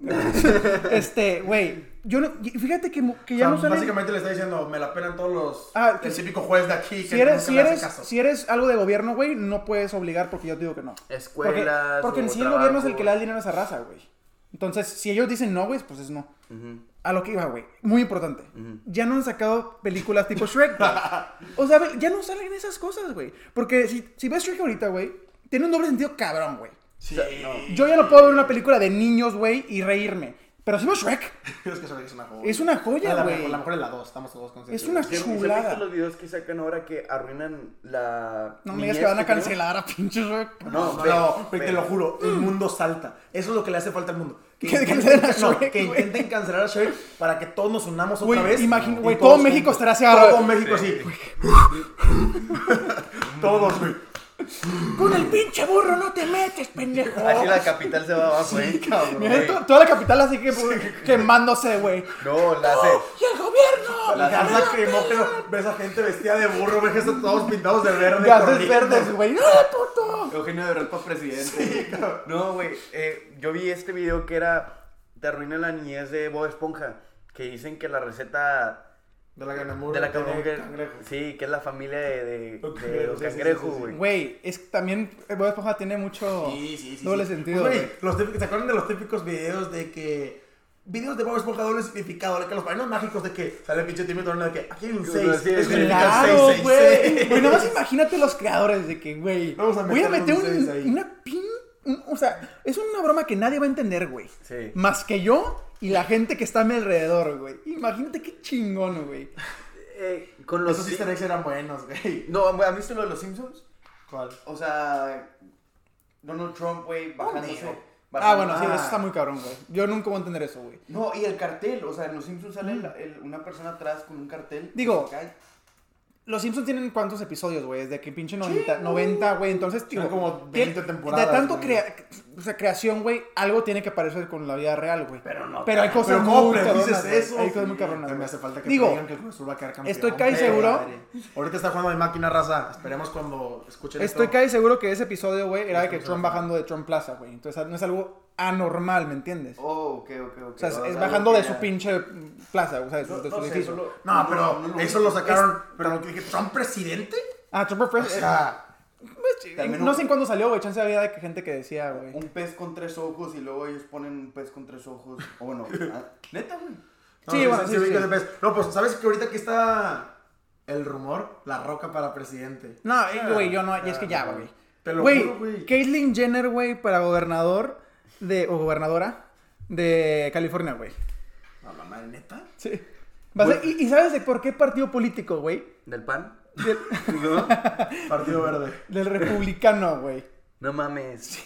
[SPEAKER 3] Este, güey. Yo no. y Fíjate que, mu- que
[SPEAKER 1] O
[SPEAKER 3] ya
[SPEAKER 1] sea,
[SPEAKER 3] no salen.
[SPEAKER 1] básicamente le está diciendo, me la pelan todos los...
[SPEAKER 3] Ah,
[SPEAKER 1] el
[SPEAKER 3] que-
[SPEAKER 1] típico juez de aquí que
[SPEAKER 3] Si eres,
[SPEAKER 1] nunca
[SPEAKER 3] si,
[SPEAKER 1] le hace
[SPEAKER 3] eres,
[SPEAKER 1] caso.
[SPEAKER 3] si eres algo de gobierno, güey, no puedes obligar porque yo te digo que no. Porque,
[SPEAKER 2] Escuelas.
[SPEAKER 3] porque
[SPEAKER 2] o
[SPEAKER 3] en sí el gobierno es el
[SPEAKER 2] trabajos.
[SPEAKER 3] que le da el dinero a esa raza, güey. Entonces, si ellos dicen no, güey, pues es no.
[SPEAKER 2] Ujú.
[SPEAKER 3] A lo que iba, güey. Muy importante.
[SPEAKER 2] Ujú.
[SPEAKER 3] Ya no han sacado películas tipo Shrek, güey. O sea, ve, ya no salen esas cosas, güey. Porque si, si ves Shrek ahorita, güey, tiene un doble sentido cabrón, güey.
[SPEAKER 2] O sea, no.
[SPEAKER 3] Yo ya no puedo ver una película de niños, güey, y reírme. Pero si veo Shrek,
[SPEAKER 1] Es que Shrek es una joya.
[SPEAKER 3] Es una joya,
[SPEAKER 1] A la
[SPEAKER 3] güey.
[SPEAKER 1] mejor- A lo mejor es la 2, estamos todos conscientes.
[SPEAKER 3] Es una
[SPEAKER 2] ¿Y- y se han
[SPEAKER 3] Chulada.
[SPEAKER 2] visto los videos que sacan ahora que arruinan la.
[SPEAKER 3] no me
[SPEAKER 2] niñez
[SPEAKER 3] digas que van a
[SPEAKER 2] tenemos?
[SPEAKER 3] cancelar a pinche Shrek.
[SPEAKER 2] No,
[SPEAKER 1] No,
[SPEAKER 2] ve,
[SPEAKER 1] güey,
[SPEAKER 2] ve.
[SPEAKER 1] te lo juro, el mundo salta. Eso es lo que le hace falta al mundo.
[SPEAKER 3] Que
[SPEAKER 1] intenten-
[SPEAKER 3] cancelen a
[SPEAKER 1] no,
[SPEAKER 3] Shrek,
[SPEAKER 1] que
[SPEAKER 3] güey.
[SPEAKER 1] intenten cancelar a Shrek para que todos nos unamos
[SPEAKER 3] Güey,
[SPEAKER 1] otra vez.
[SPEAKER 3] imagina-
[SPEAKER 1] Y
[SPEAKER 3] güey,
[SPEAKER 1] todos
[SPEAKER 3] todo México
[SPEAKER 1] juntos.
[SPEAKER 3] estará así ah, ahora.
[SPEAKER 1] Todo México así. todos, güey.
[SPEAKER 3] Con el pinche burro no te metes, pendejo.
[SPEAKER 2] Así Ah, la capital se va abajo, eh. Cabrón.
[SPEAKER 3] Mira, to- toda la capital así que quemándose, güey.
[SPEAKER 2] No, la hace.
[SPEAKER 3] ¡Y el gobierno!
[SPEAKER 1] La casa cremógeno, ves a gente vestida de burro, ves a todos pintados de verde.
[SPEAKER 3] Gases
[SPEAKER 1] corriendo.
[SPEAKER 3] verdes, güey. ¡Ah, puto!
[SPEAKER 4] Eugenio Derbez para presidente.
[SPEAKER 2] No, güey. eh, yo vi este video que era. Te arruina la niñez de Bob Esponja. Que dicen que la receta
[SPEAKER 1] De la canamura.
[SPEAKER 2] de la
[SPEAKER 1] tiene
[SPEAKER 2] que-
[SPEAKER 1] cangrejo.
[SPEAKER 2] Sí, que es la familia de, de,
[SPEAKER 1] Ok,
[SPEAKER 2] de Don
[SPEAKER 1] sí, sí,
[SPEAKER 2] Cangrejo,
[SPEAKER 1] sí, sí.
[SPEAKER 2] güey.
[SPEAKER 3] Güey, es que también eh, Bob Esponja tiene mucho
[SPEAKER 1] Sí, sí, sí,
[SPEAKER 3] doble
[SPEAKER 1] sí.
[SPEAKER 3] sentido.
[SPEAKER 1] Güey,
[SPEAKER 3] güey.
[SPEAKER 1] los típicos- ¿Se acuerdan de los típicos videos de que. Videos de Bob Esponja doble significado, de que los padrinos mágicos de que sale el pinche Timmy Tornado de que aquí hay un
[SPEAKER 2] Que
[SPEAKER 1] 6.
[SPEAKER 2] uno así de
[SPEAKER 3] Claro, güey. Güey, nada más imagínate los creadores de que, güey.
[SPEAKER 1] Vamos a
[SPEAKER 3] Voy a
[SPEAKER 1] meterle
[SPEAKER 3] meter
[SPEAKER 1] un seis
[SPEAKER 3] un-
[SPEAKER 1] ahí.
[SPEAKER 3] una pin. un- o sea, es una broma que nadie va a entender, güey.
[SPEAKER 2] Sí.
[SPEAKER 3] Más que yo y la gente que está a mi alrededor, güey. Imagínate qué chingón, güey.
[SPEAKER 2] Eh, con los.
[SPEAKER 1] Los easter eggs eran buenos, güey.
[SPEAKER 2] No, güey, ¿han visto lo de los Simpsons?
[SPEAKER 1] ¿Cuál?
[SPEAKER 4] O sea, Donald Trump, güey, bajándose.
[SPEAKER 3] Ah, bueno, sí,
[SPEAKER 1] Ah.
[SPEAKER 3] eso está muy cabrón, güey. Yo nunca voy a entender eso, güey.
[SPEAKER 4] No, y el cartel, o sea, en los Simpsons sale la- el- una persona atrás con un cartel.
[SPEAKER 3] Mm. Digo,
[SPEAKER 4] Que cae.
[SPEAKER 3] Los Simpsons tienen cuántos episodios, güey, desde que pinche 90, 90, güey, entonces, tío,
[SPEAKER 1] Son como 20 temporadas,
[SPEAKER 3] De tanto
[SPEAKER 1] güey.
[SPEAKER 3] crea- o sea, creación, güey, algo tiene que parecer con la vida real, güey.
[SPEAKER 4] pero no.
[SPEAKER 3] Pero hay cosas
[SPEAKER 1] Pero ¿cómo
[SPEAKER 3] muy
[SPEAKER 1] predices
[SPEAKER 3] cabronas, güey.
[SPEAKER 1] eso?
[SPEAKER 3] Hay cosas muy cabronas.
[SPEAKER 1] Me
[SPEAKER 3] güey.
[SPEAKER 1] hace falta que
[SPEAKER 3] Digo,
[SPEAKER 1] te digan que el Cruz Azul va a quedar campeón.
[SPEAKER 3] estoy casi
[SPEAKER 1] Pero,
[SPEAKER 3] seguro-
[SPEAKER 1] madre. Ahorita está jugando mi máquina raza. Esperemos cuando escuchen
[SPEAKER 3] estoy
[SPEAKER 1] esto.
[SPEAKER 3] casi seguro que ese episodio, güey, era de que
[SPEAKER 1] Estamos
[SPEAKER 3] Trump
[SPEAKER 1] hablando.
[SPEAKER 3] bajando de Trump Plaza, güey. Entonces, no es algo anormal, ¿me entiendes?
[SPEAKER 4] Oh, ok, ok, ok.
[SPEAKER 3] o sea, es,
[SPEAKER 4] Ah,
[SPEAKER 3] es
[SPEAKER 4] la
[SPEAKER 3] bajando de
[SPEAKER 4] loquera.
[SPEAKER 3] su pinche plaza, o sea, de su,
[SPEAKER 4] No,
[SPEAKER 3] de su
[SPEAKER 4] no sé,
[SPEAKER 3] edificio.
[SPEAKER 4] solo-
[SPEAKER 1] No, pero
[SPEAKER 4] no, no,
[SPEAKER 1] eso lo sacaron. Pero dije, ¿Trump presidente?
[SPEAKER 3] Ah, Trump
[SPEAKER 1] O
[SPEAKER 3] Fresh.
[SPEAKER 1] sea,
[SPEAKER 4] también
[SPEAKER 3] no
[SPEAKER 4] un-
[SPEAKER 3] sé en cuándo salió, güey. Chance había de que gente que decía, güey.
[SPEAKER 4] Un pez con tres ojos y luego ellos ponen un pez con tres ojos. O bueno, ah, neta, güey.
[SPEAKER 1] No,
[SPEAKER 3] Sí,
[SPEAKER 1] sí,
[SPEAKER 3] bueno,
[SPEAKER 1] sí,
[SPEAKER 3] sí,
[SPEAKER 1] sí,
[SPEAKER 3] sí.
[SPEAKER 1] que te ves. No, pues, ¿sabes que ahorita que está el rumor? La roca para presidente.
[SPEAKER 3] No, eh, güey, yo no, y es que ya,
[SPEAKER 1] claro.
[SPEAKER 3] güey.
[SPEAKER 1] Te lo
[SPEAKER 3] Güey,
[SPEAKER 1] juro, güey.
[SPEAKER 3] Caitlyn Jenner, güey, para gobernador de, o gobernadora de California, güey.
[SPEAKER 1] No, mamá, ¿neta?
[SPEAKER 3] Sí. Va a ser- y, y sabes de por qué partido político, güey?
[SPEAKER 2] ¿Del pan?
[SPEAKER 3] Del,
[SPEAKER 2] No,
[SPEAKER 1] Partido Verde.
[SPEAKER 3] del republicano, güey.
[SPEAKER 2] no mames.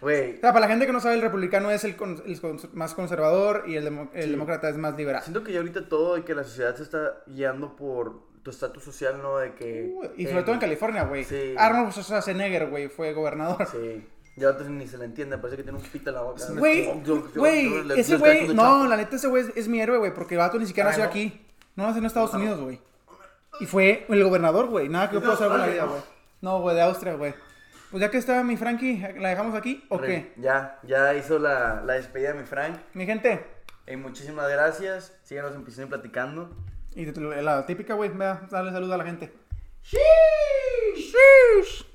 [SPEAKER 2] Güey,
[SPEAKER 3] O sea, para la gente que no sabe, el republicano es el, con- el cons- más conservador y el, demo- el
[SPEAKER 2] Sí.
[SPEAKER 3] demócrata es más liberal.
[SPEAKER 2] siento que ya ahorita todo y que la sociedad se está guiando por tu estatus social, ¿no? De que...
[SPEAKER 3] Uh, y sobre todo en California, güey.
[SPEAKER 2] sí.
[SPEAKER 3] Arnold Schwarzenegger, güey, fue gobernador.
[SPEAKER 2] Sí. Ya antes ni se le entiende, parece que tiene un pita en la boca.
[SPEAKER 3] Güey, güey, ese güey, no, la neta ese güey es, es mi héroe, güey, porque el vato ni siquiera
[SPEAKER 2] Ah,
[SPEAKER 3] nació
[SPEAKER 2] no.
[SPEAKER 3] aquí. No nació en Estados Unidos, güey. Y fue el gobernador, güey. Nada que yo
[SPEAKER 1] Es de
[SPEAKER 3] pueda saber en la vida,
[SPEAKER 1] Australia,
[SPEAKER 3] güey. No, güey, de Austria, güey. Pues ya que está mi Frankie, ¿la dejamos aquí o qué?
[SPEAKER 2] Ya, ya hizo la, la despedida de mi Frank.
[SPEAKER 3] Mi gente,
[SPEAKER 2] Eh, muchísimas gracias. Síganos en Piscina Platicando.
[SPEAKER 3] y la típica, güey, vea, dale saludo a la gente. ¡Shish!